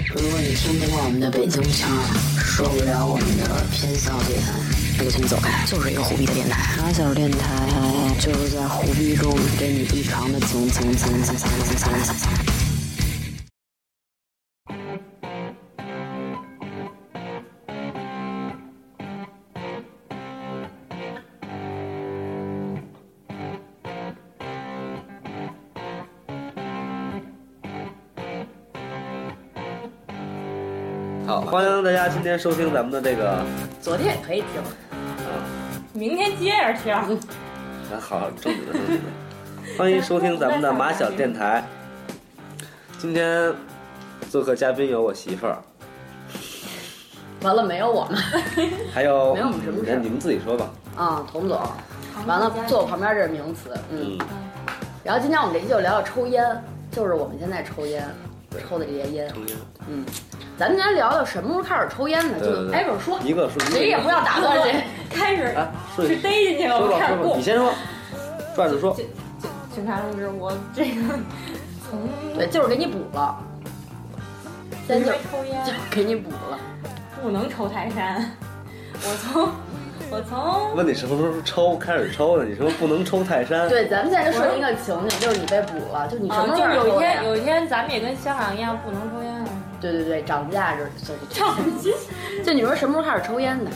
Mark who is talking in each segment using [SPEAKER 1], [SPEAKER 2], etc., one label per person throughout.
[SPEAKER 1] 听不惯我们的北京腔，受不了我们的偏笑点，就请你走开。就是一个虎逼的电台，傻小电台就是在虎逼中给你异常的蹭蹭蹭蹭蹭蹭蹭蹭蹭。
[SPEAKER 2] 好，欢迎大家今天收听咱们的这个，
[SPEAKER 3] 昨天也可以听，
[SPEAKER 2] 啊，
[SPEAKER 3] 明天接着啊 听。
[SPEAKER 2] 那哎好，正经的正经的，欢迎收听咱们的马小电台。今天做客嘉宾有我媳妇儿，
[SPEAKER 1] 完了没有我们
[SPEAKER 2] 还有
[SPEAKER 1] 没有我们什么事
[SPEAKER 2] 你们自己说吧。
[SPEAKER 1] 啊，童总。完了，坐我旁边这是名词，嗯。
[SPEAKER 2] 嗯，
[SPEAKER 1] 然后今天我们这期就聊聊抽烟，就是我们现在抽烟，抽的这些烟。
[SPEAKER 2] 中间
[SPEAKER 1] 嗯，咱们今天聊聊什么时候开始抽烟呢？
[SPEAKER 2] 对对
[SPEAKER 1] 就
[SPEAKER 2] 对
[SPEAKER 1] 挨个说，
[SPEAKER 2] 一个说，
[SPEAKER 1] 谁也不要打 断谁。
[SPEAKER 3] 开始
[SPEAKER 2] 啊，顺
[SPEAKER 3] 是
[SPEAKER 2] 序
[SPEAKER 3] 逮进去了，
[SPEAKER 2] 说
[SPEAKER 3] 我
[SPEAKER 2] 吧
[SPEAKER 3] 开始
[SPEAKER 2] 说吧，
[SPEAKER 3] 过
[SPEAKER 2] 你。先说，转着说。
[SPEAKER 3] 警察同志，我这个从
[SPEAKER 1] 对，就是给你补了，先
[SPEAKER 3] 因
[SPEAKER 1] 就
[SPEAKER 3] 为抽烟
[SPEAKER 1] 就 给你补了。
[SPEAKER 3] 不能抽泰山，我从 我从
[SPEAKER 2] 问你什么时候抽，开始抽的？你说不能抽泰山，
[SPEAKER 1] 对，咱们现在就设定一个情景，就是你被补了，就你什
[SPEAKER 3] 啊，
[SPEAKER 1] 么
[SPEAKER 3] 就
[SPEAKER 1] 时候开始
[SPEAKER 3] 有
[SPEAKER 1] 抽烟？
[SPEAKER 3] 一天有一天咱们也跟香港一样不能抽烟了。
[SPEAKER 1] 对对对，涨价这就是。
[SPEAKER 3] 上街
[SPEAKER 1] 就你说什么时候开始抽烟的？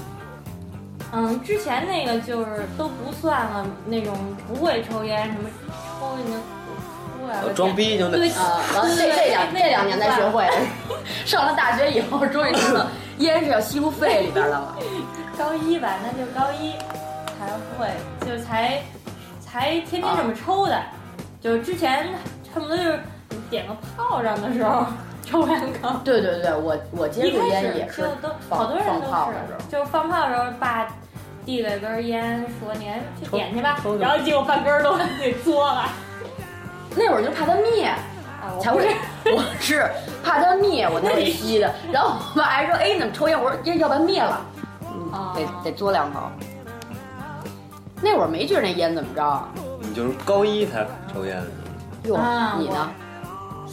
[SPEAKER 3] 嗯，之前那个就是都不算了，那种不会抽烟什么抽已经出来
[SPEAKER 2] 呃
[SPEAKER 3] 了。
[SPEAKER 2] 装逼就那
[SPEAKER 3] 对，
[SPEAKER 1] 啊，完了这这两这两年才学 会，上了大学以后终于知道烟是要吸入肺里边的了。
[SPEAKER 3] 高一吧，那就高一才会，就才才天天这么抽的，就之前恨不得就是点个炮仗的时候 抽两口。
[SPEAKER 1] 对对对，我我接
[SPEAKER 3] 一
[SPEAKER 1] 触
[SPEAKER 3] 开
[SPEAKER 1] 烟也
[SPEAKER 3] 始
[SPEAKER 1] 是
[SPEAKER 3] 就都
[SPEAKER 1] 放
[SPEAKER 3] 好多人
[SPEAKER 1] 放
[SPEAKER 3] 都
[SPEAKER 1] 炮的时候
[SPEAKER 3] 是，就是放炮的时候，爸递了根烟，说你来去点去吧
[SPEAKER 2] 抽抽，
[SPEAKER 3] 然后结果半根儿都给嘬了。
[SPEAKER 1] 那会儿就怕它灭。
[SPEAKER 3] 啊，
[SPEAKER 1] 才会
[SPEAKER 3] 是，
[SPEAKER 1] 我是怕它灭，我才会吸的。 然后我爸还说：“哎，你怎么抽烟？”我说：“烟要不然灭了，
[SPEAKER 3] 啊
[SPEAKER 1] 得得嘬两口。”那会儿没觉得那烟怎么着啊。
[SPEAKER 2] 你就是高一才抽烟，
[SPEAKER 1] 哟，
[SPEAKER 3] 啊
[SPEAKER 1] 你呢？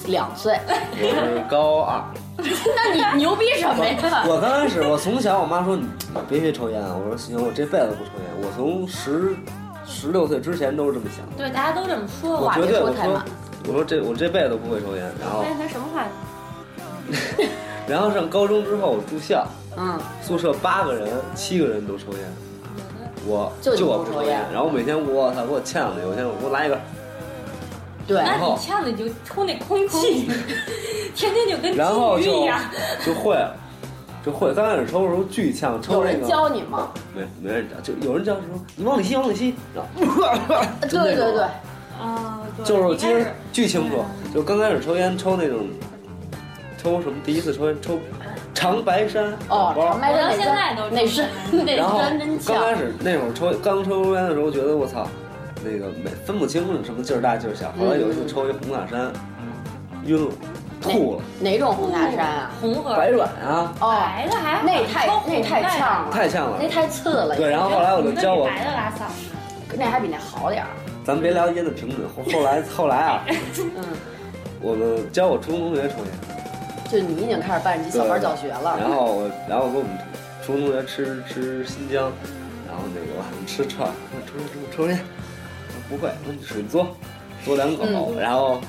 [SPEAKER 1] 两 岁，
[SPEAKER 2] 我是高二。
[SPEAKER 1] 那你牛逼什么 呀？
[SPEAKER 2] 我刚开始，我从小我妈说你你别学抽烟啊，我说行，我这辈子不抽烟。我从十十六岁之前都是这么想，
[SPEAKER 3] 对，大家都这么说
[SPEAKER 2] 我
[SPEAKER 3] 话
[SPEAKER 1] 话。
[SPEAKER 2] 绝
[SPEAKER 1] 别
[SPEAKER 2] 对
[SPEAKER 1] 说
[SPEAKER 2] 我
[SPEAKER 1] 太
[SPEAKER 2] 说
[SPEAKER 1] 满
[SPEAKER 2] 我说这我这辈子都不会抽烟。然
[SPEAKER 1] 哦
[SPEAKER 2] 后
[SPEAKER 3] 但是他什么话？
[SPEAKER 1] 哎
[SPEAKER 2] 然后上高中之后，我住校，
[SPEAKER 1] 嗯，
[SPEAKER 2] 宿舍八个人，七个人都抽烟，我
[SPEAKER 1] 嗯就你
[SPEAKER 2] 我
[SPEAKER 1] 不抽
[SPEAKER 2] 抽
[SPEAKER 1] 烟
[SPEAKER 2] 然后每天我操给我呛的，有一天我给我来 一根，
[SPEAKER 1] 对，
[SPEAKER 3] 那
[SPEAKER 2] 然
[SPEAKER 3] 你
[SPEAKER 2] 后
[SPEAKER 3] 呛的你就抽那空气， 天天就跟
[SPEAKER 2] 然后
[SPEAKER 3] 金鱼
[SPEAKER 2] 就
[SPEAKER 3] 一样。
[SPEAKER 2] 就会了，就会。刚开始抽的时候巨呛，抽
[SPEAKER 1] 有
[SPEAKER 2] 那
[SPEAKER 1] 人
[SPEAKER 2] 个
[SPEAKER 1] 教你吗？
[SPEAKER 2] 没没人教，就有人教就说你往里吸，往里吸，然后
[SPEAKER 1] 对
[SPEAKER 2] 就那
[SPEAKER 1] 对
[SPEAKER 2] 种
[SPEAKER 1] 对，
[SPEAKER 3] 啊，对
[SPEAKER 2] 就是我
[SPEAKER 3] 一
[SPEAKER 2] 记
[SPEAKER 3] 开
[SPEAKER 2] 得
[SPEAKER 3] 始
[SPEAKER 2] 巨清楚，就刚开始抽烟抽那种，抽什么第一次抽烟抽长白山
[SPEAKER 1] 哦
[SPEAKER 2] 小，包
[SPEAKER 1] 长白山
[SPEAKER 3] 我到现在都
[SPEAKER 1] 那身那
[SPEAKER 2] 然后
[SPEAKER 1] 身真
[SPEAKER 2] 刚
[SPEAKER 1] 翘
[SPEAKER 2] 开，始那会儿抽刚抽烟的时候，觉得我操，那个没分不清楚什么劲儿大劲儿小。后来有一次抽一红塔山，晕了，吐了，
[SPEAKER 1] 哪种红塔山啊？
[SPEAKER 3] 红盒
[SPEAKER 2] 白软啊，
[SPEAKER 1] 哦，
[SPEAKER 3] 白的还好
[SPEAKER 1] 那太
[SPEAKER 3] 哎超红
[SPEAKER 1] 那太
[SPEAKER 3] 的呀
[SPEAKER 1] 呛了，
[SPEAKER 2] 太呛了
[SPEAKER 1] 那。太刺了，
[SPEAKER 2] 对，然后后来我就教我，
[SPEAKER 3] 哎白的拉嗓子，
[SPEAKER 1] 那还比那好点儿。
[SPEAKER 2] 咱别聊烟的评论。后后来后来啊，
[SPEAKER 1] 嗯。
[SPEAKER 2] 我们教我初中同学抽烟，
[SPEAKER 1] 就你已经开始办这小班教学
[SPEAKER 2] 然
[SPEAKER 1] 了，
[SPEAKER 2] 后我然后我跟我们初中同学吃吃新疆，然后那个我们吃串儿，我说抽抽抽烟，我说不会，我说你水嘬，嘬两口，然后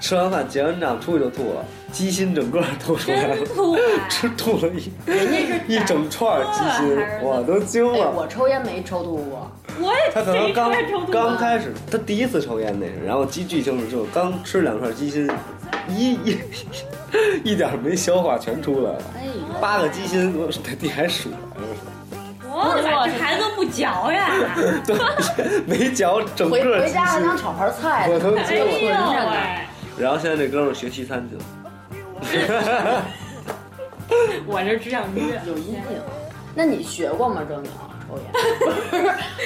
[SPEAKER 2] 吃完饭结完账出去就吐了，鸡心整个吐出来
[SPEAKER 3] 真
[SPEAKER 2] 了，
[SPEAKER 3] 吐啊！
[SPEAKER 2] 吃吐了一
[SPEAKER 3] 人家 是
[SPEAKER 2] 一整串儿鸡心
[SPEAKER 3] 还，是
[SPEAKER 2] 我都惊
[SPEAKER 1] 哎，
[SPEAKER 2] 了。
[SPEAKER 1] 我抽烟没抽吐过，
[SPEAKER 3] 我也
[SPEAKER 2] 他可能
[SPEAKER 3] 谁
[SPEAKER 2] 刚
[SPEAKER 3] 说抽吐
[SPEAKER 2] 刚
[SPEAKER 3] 啊
[SPEAKER 2] 开始，他第一次抽烟那是，然后记巨清楚，就是刚吃两串鸡心，一一一点儿没消化，全出来了。
[SPEAKER 1] 哎呦，
[SPEAKER 2] 八个鸡心，我得地还数来
[SPEAKER 3] 我的妈，这孩子不嚼呀！
[SPEAKER 2] 着，对， 没嚼整
[SPEAKER 1] 回
[SPEAKER 2] 个
[SPEAKER 1] 回
[SPEAKER 2] 鸡
[SPEAKER 1] 家还当
[SPEAKER 2] 心，
[SPEAKER 1] 炒盘菜
[SPEAKER 2] 我
[SPEAKER 1] 呢，
[SPEAKER 2] 都
[SPEAKER 3] 哎
[SPEAKER 2] 惊
[SPEAKER 3] 呦
[SPEAKER 2] 了。
[SPEAKER 3] 喂！
[SPEAKER 2] 然后现在这哥们儿学西餐 去了，
[SPEAKER 3] 我这只想约，
[SPEAKER 1] 有阴影。那你学过吗，正经抽烟？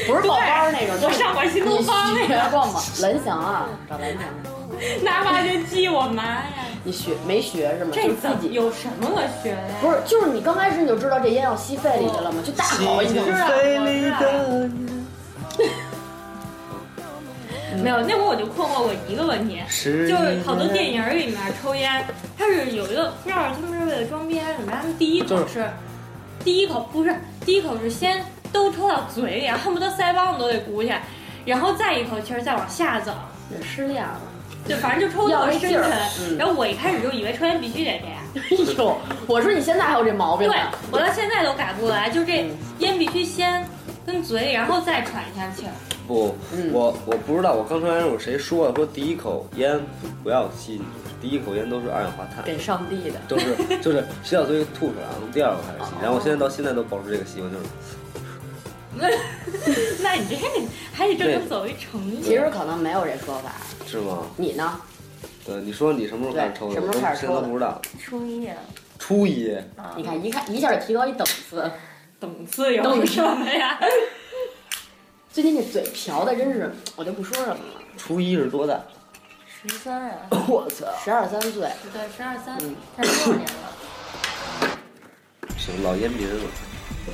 [SPEAKER 1] 不是报班那种，就
[SPEAKER 3] 我
[SPEAKER 1] 是
[SPEAKER 3] 上过新
[SPEAKER 1] 你
[SPEAKER 3] 东方那
[SPEAKER 1] 学
[SPEAKER 3] 个，
[SPEAKER 1] 过吗？蓝翔啊，找蓝翔，
[SPEAKER 3] 拿挖掘机，我妈呀！
[SPEAKER 1] 你学没学是吗？
[SPEAKER 3] 这
[SPEAKER 1] 就自
[SPEAKER 3] 怎么
[SPEAKER 1] 己
[SPEAKER 3] 有什么可学的呀？
[SPEAKER 1] 不是，就是你刚开始你就知道这烟要吸肺里去了吗？就大
[SPEAKER 2] 西
[SPEAKER 1] 口一口
[SPEAKER 2] 进
[SPEAKER 3] 知道
[SPEAKER 2] 飞里
[SPEAKER 3] 我知道
[SPEAKER 2] 的你。
[SPEAKER 3] 没有，那会儿我就困惑过一个问题，
[SPEAKER 2] 是
[SPEAKER 3] 就是好多电影里面抽烟，它是有一个不知道他们是为了装逼还是怎么样，他们第一口、
[SPEAKER 2] 就是
[SPEAKER 3] 第一口不是第一口是先都抽到嘴里，恨不得腮帮子都得鼓起来，然后再一口气儿再往下走，
[SPEAKER 1] 也失恋 了。
[SPEAKER 3] 就反正就抽到
[SPEAKER 1] 要那
[SPEAKER 3] 深
[SPEAKER 1] 劲儿
[SPEAKER 3] 沉。然后我一开始就以为抽烟必须得这样，
[SPEAKER 1] 哎呦，我说你现在还有这毛病
[SPEAKER 3] 对
[SPEAKER 1] 呢？
[SPEAKER 3] 我到现在都改不过来，就这
[SPEAKER 2] 嗯
[SPEAKER 3] 烟必须先跟嘴里，然后再喘一下气儿。
[SPEAKER 2] 不
[SPEAKER 1] 嗯，
[SPEAKER 2] 我我不知道，我刚才有谁说说第一口烟不不要吸进去，第一口烟都是二氧化碳，
[SPEAKER 1] 给上帝的，
[SPEAKER 2] 都是就是吸到嘴里吐出来，然后第二口开始吸，然后我现在到现在都保持这个习惯，就是
[SPEAKER 3] 那你这个还得正经走一程
[SPEAKER 1] 其
[SPEAKER 3] 序。
[SPEAKER 1] 实可能没有这说法。
[SPEAKER 2] 是吗？
[SPEAKER 1] 你呢？
[SPEAKER 2] 对，你说你什么时候开始抽
[SPEAKER 1] 对
[SPEAKER 2] 的？
[SPEAKER 1] 什么
[SPEAKER 2] 我
[SPEAKER 1] 时
[SPEAKER 2] 都
[SPEAKER 1] 候开始
[SPEAKER 2] 现在
[SPEAKER 1] 抽
[SPEAKER 2] 都
[SPEAKER 1] 的
[SPEAKER 2] 不知道。
[SPEAKER 3] 初一啊，
[SPEAKER 2] 初一，
[SPEAKER 1] 你看一看一下就提高一等次。
[SPEAKER 3] 等次有什么呀？
[SPEAKER 1] 最近这嘴瓢的真是，我就不说什么了。
[SPEAKER 2] 初一是 多大？
[SPEAKER 3] 十三啊，
[SPEAKER 2] 我操！
[SPEAKER 1] 十二三岁，
[SPEAKER 3] 对，十二三
[SPEAKER 1] 嗯，
[SPEAKER 3] 开始多少年了？
[SPEAKER 2] 是老烟民了。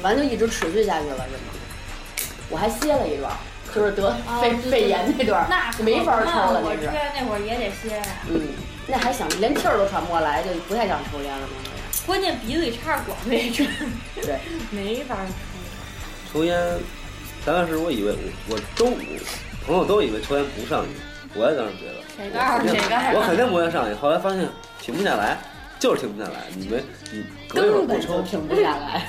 [SPEAKER 1] 完就一直持续下去了，是吗？我还歇了一段，就是得
[SPEAKER 3] 哦
[SPEAKER 1] 肺
[SPEAKER 3] 对对
[SPEAKER 1] 肺炎那段，
[SPEAKER 3] 那可
[SPEAKER 1] 没法抽了，
[SPEAKER 3] 那
[SPEAKER 1] 那
[SPEAKER 3] 我抽
[SPEAKER 1] 是。
[SPEAKER 3] 烟那会儿也得歇呀，
[SPEAKER 1] 嗯，那还想连气儿都喘不过来，就不太想抽烟了吗？
[SPEAKER 3] 关键鼻子里插着管那阵儿，
[SPEAKER 1] 对，
[SPEAKER 3] 没法抽。
[SPEAKER 2] 抽烟，刚开始我以为我我周五朋友都以为抽烟不上瘾，我也当时觉得
[SPEAKER 3] 谁告诉
[SPEAKER 2] 肯定
[SPEAKER 3] 谁告
[SPEAKER 2] 我
[SPEAKER 3] 诉？
[SPEAKER 2] 肯定不会上瘾。后来发现停不下来，就是停不下来。你没你隔一会儿
[SPEAKER 1] 根
[SPEAKER 2] 不
[SPEAKER 1] 本就
[SPEAKER 2] 抽
[SPEAKER 1] 停不下 来。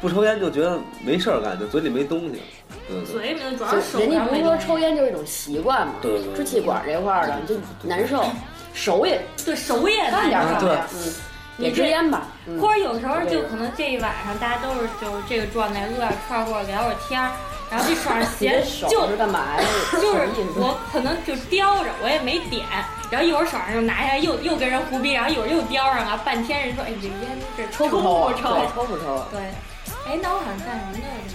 [SPEAKER 2] 不抽烟就觉得没事儿干，就嘴里没东西。嗯对对
[SPEAKER 3] 嘴里面主要
[SPEAKER 1] 就是是
[SPEAKER 3] 手
[SPEAKER 1] 人家
[SPEAKER 3] 上
[SPEAKER 1] 不是
[SPEAKER 3] 没
[SPEAKER 1] 说
[SPEAKER 3] 东西
[SPEAKER 1] 抽烟就是一种习惯嘛，
[SPEAKER 2] 对对对
[SPEAKER 1] 支气管这块儿的就难受，手也
[SPEAKER 3] 对手也
[SPEAKER 1] 干点儿
[SPEAKER 3] 难受
[SPEAKER 1] 干点儿，嗯，也支烟吧，嗯
[SPEAKER 3] 或者有时候就可能这一晚上大家都是就这个状态，撸点串儿或者聊会儿天儿，然后这手上
[SPEAKER 1] 你
[SPEAKER 3] 鞋
[SPEAKER 1] 这手
[SPEAKER 3] 就是
[SPEAKER 1] 干嘛呀？
[SPEAKER 3] 就是
[SPEAKER 1] 什么意思
[SPEAKER 3] 我可能就叼着，我也没点，然后一会儿手上就拿下来，又又跟人胡逼，然后一会儿又叼上啊，半天人说哎你这烟这
[SPEAKER 1] 抽不
[SPEAKER 3] 不
[SPEAKER 1] 抽啊？
[SPEAKER 3] 抽？
[SPEAKER 1] 对，抽不抽啊？
[SPEAKER 3] 对，哎那我想干什么来着？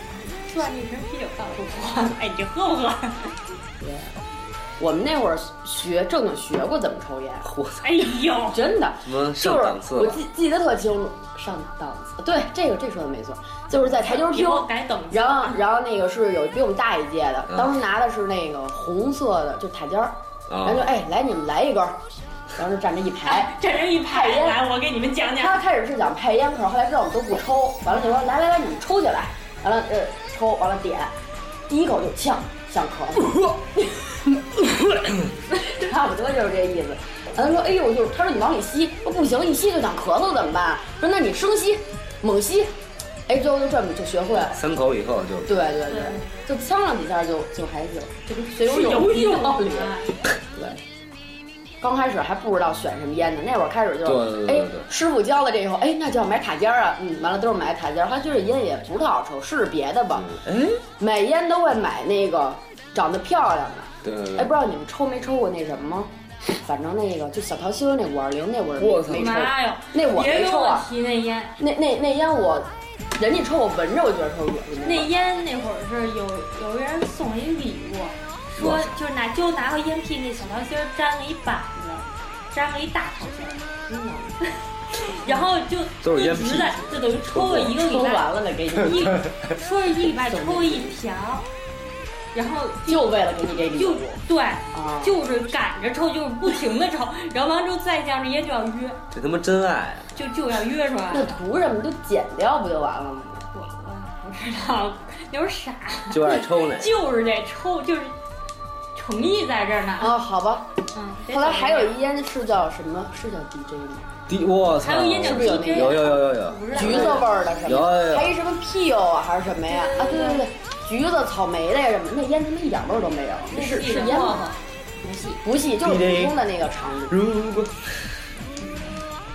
[SPEAKER 3] 说完一瓶啤酒告诉我， 哎你这喝不喝？
[SPEAKER 1] 我们那会儿学正经学过怎么抽烟，啊
[SPEAKER 2] 我操，
[SPEAKER 3] 哎呦，
[SPEAKER 1] 真的。
[SPEAKER 2] 什么
[SPEAKER 1] 就
[SPEAKER 2] 上档
[SPEAKER 1] 是
[SPEAKER 2] 次
[SPEAKER 1] 我
[SPEAKER 2] 了？
[SPEAKER 1] 记记得特清楚，上档次，对，这个这说的没错，就是在台球
[SPEAKER 3] 以
[SPEAKER 1] 厅，
[SPEAKER 3] 后改等 级，
[SPEAKER 1] 然后然后那个是有比我们大一届的，
[SPEAKER 2] 嗯
[SPEAKER 1] 当时拿的是那个红色的，就塔尖儿，然后就
[SPEAKER 2] 啊，
[SPEAKER 1] 哎来你们来一根儿，然后就站这一排，
[SPEAKER 3] 这人一排
[SPEAKER 1] 哎呀
[SPEAKER 3] 来，我给你们讲讲。
[SPEAKER 1] 他开始是想配烟壳，后来知道我们都不抽，完了就说来来来你们抽起来，完了呃抽完了点，第一口就呛呛咳， 差不多就是这意思。然后他说哎呦就是他说你往里吸，说不行一吸就想咳嗽怎么办？说那你生吸，猛吸，哎最后就这么就学会了。
[SPEAKER 2] 三口以后就
[SPEAKER 1] 对对对，就呛了几下就就还行，这个学游泳
[SPEAKER 3] 有用
[SPEAKER 1] 道
[SPEAKER 3] 的
[SPEAKER 1] 理。对，刚开始还不知道选什么烟呢，那会儿开始就
[SPEAKER 2] 对
[SPEAKER 1] 是，
[SPEAKER 2] 对对
[SPEAKER 1] 哎
[SPEAKER 2] 对，
[SPEAKER 1] 师傅教了这以后，哎，那就要买塔尖儿啊，嗯，完了都是买塔尖儿，他觉得烟也不是特好抽，试试别的吧。
[SPEAKER 2] 哎，
[SPEAKER 1] 买烟都会买那个长得漂亮的，
[SPEAKER 2] 对对
[SPEAKER 1] 哎，
[SPEAKER 2] 对
[SPEAKER 1] 不知道你们抽没抽过那什么？反正那个就小桃心儿那五二零那味儿
[SPEAKER 2] 我操
[SPEAKER 1] 没没抽，
[SPEAKER 3] 妈哟，
[SPEAKER 1] 那我
[SPEAKER 3] 别
[SPEAKER 1] 没
[SPEAKER 3] 跟
[SPEAKER 1] 抽
[SPEAKER 3] 我
[SPEAKER 1] 啊，
[SPEAKER 3] 提那烟。
[SPEAKER 1] 那那那烟我，人家抽我闻着我觉得特恶心。
[SPEAKER 3] 那烟那会儿是有有人送我一礼物，说
[SPEAKER 2] 哇
[SPEAKER 3] 就是拿就拿个烟屁那小桃心儿粘了一板子，粘了一大桃心儿，然后就
[SPEAKER 2] 都是
[SPEAKER 3] 一
[SPEAKER 2] 烟屁
[SPEAKER 3] 直在就等于抽了一个礼
[SPEAKER 1] 抽
[SPEAKER 3] 拜，
[SPEAKER 1] 完了再给你，
[SPEAKER 3] 一说是一礼拜抽了一条，然后
[SPEAKER 1] 就为了给你这礼
[SPEAKER 3] 就
[SPEAKER 1] 物
[SPEAKER 3] 对，
[SPEAKER 1] 啊！
[SPEAKER 3] 就是赶着抽，就是不停的抽，然后完之后再这样这烟就要约，
[SPEAKER 2] 这他妈真爱啊！
[SPEAKER 3] 就就要约出来
[SPEAKER 1] 那。图什么就剪掉不就完了吗？
[SPEAKER 3] 我我不知道，那会儿傻，
[SPEAKER 2] 就爱抽那个。
[SPEAKER 3] 就是得抽，就是诚意在这儿呢。
[SPEAKER 1] 啊，好吧。
[SPEAKER 3] 嗯，
[SPEAKER 1] 后来还有一烟是叫什么？是叫 DJ 吗？
[SPEAKER 2] 第我操，
[SPEAKER 3] 还有烟酒
[SPEAKER 1] 是不是有那个
[SPEAKER 2] 有有有有有
[SPEAKER 3] 不知道
[SPEAKER 1] 橘子味儿的什
[SPEAKER 2] 有
[SPEAKER 1] 么？
[SPEAKER 2] 有有
[SPEAKER 1] 还有一什么屁柚啊，还是什么呀？啊，对对对，橘子、草莓的呀什么？那烟他妈一点味儿都没有，是是烟吗？
[SPEAKER 3] 不细
[SPEAKER 1] 不细，就是
[SPEAKER 2] DJ
[SPEAKER 1] 普通的那个长度。
[SPEAKER 2] 如果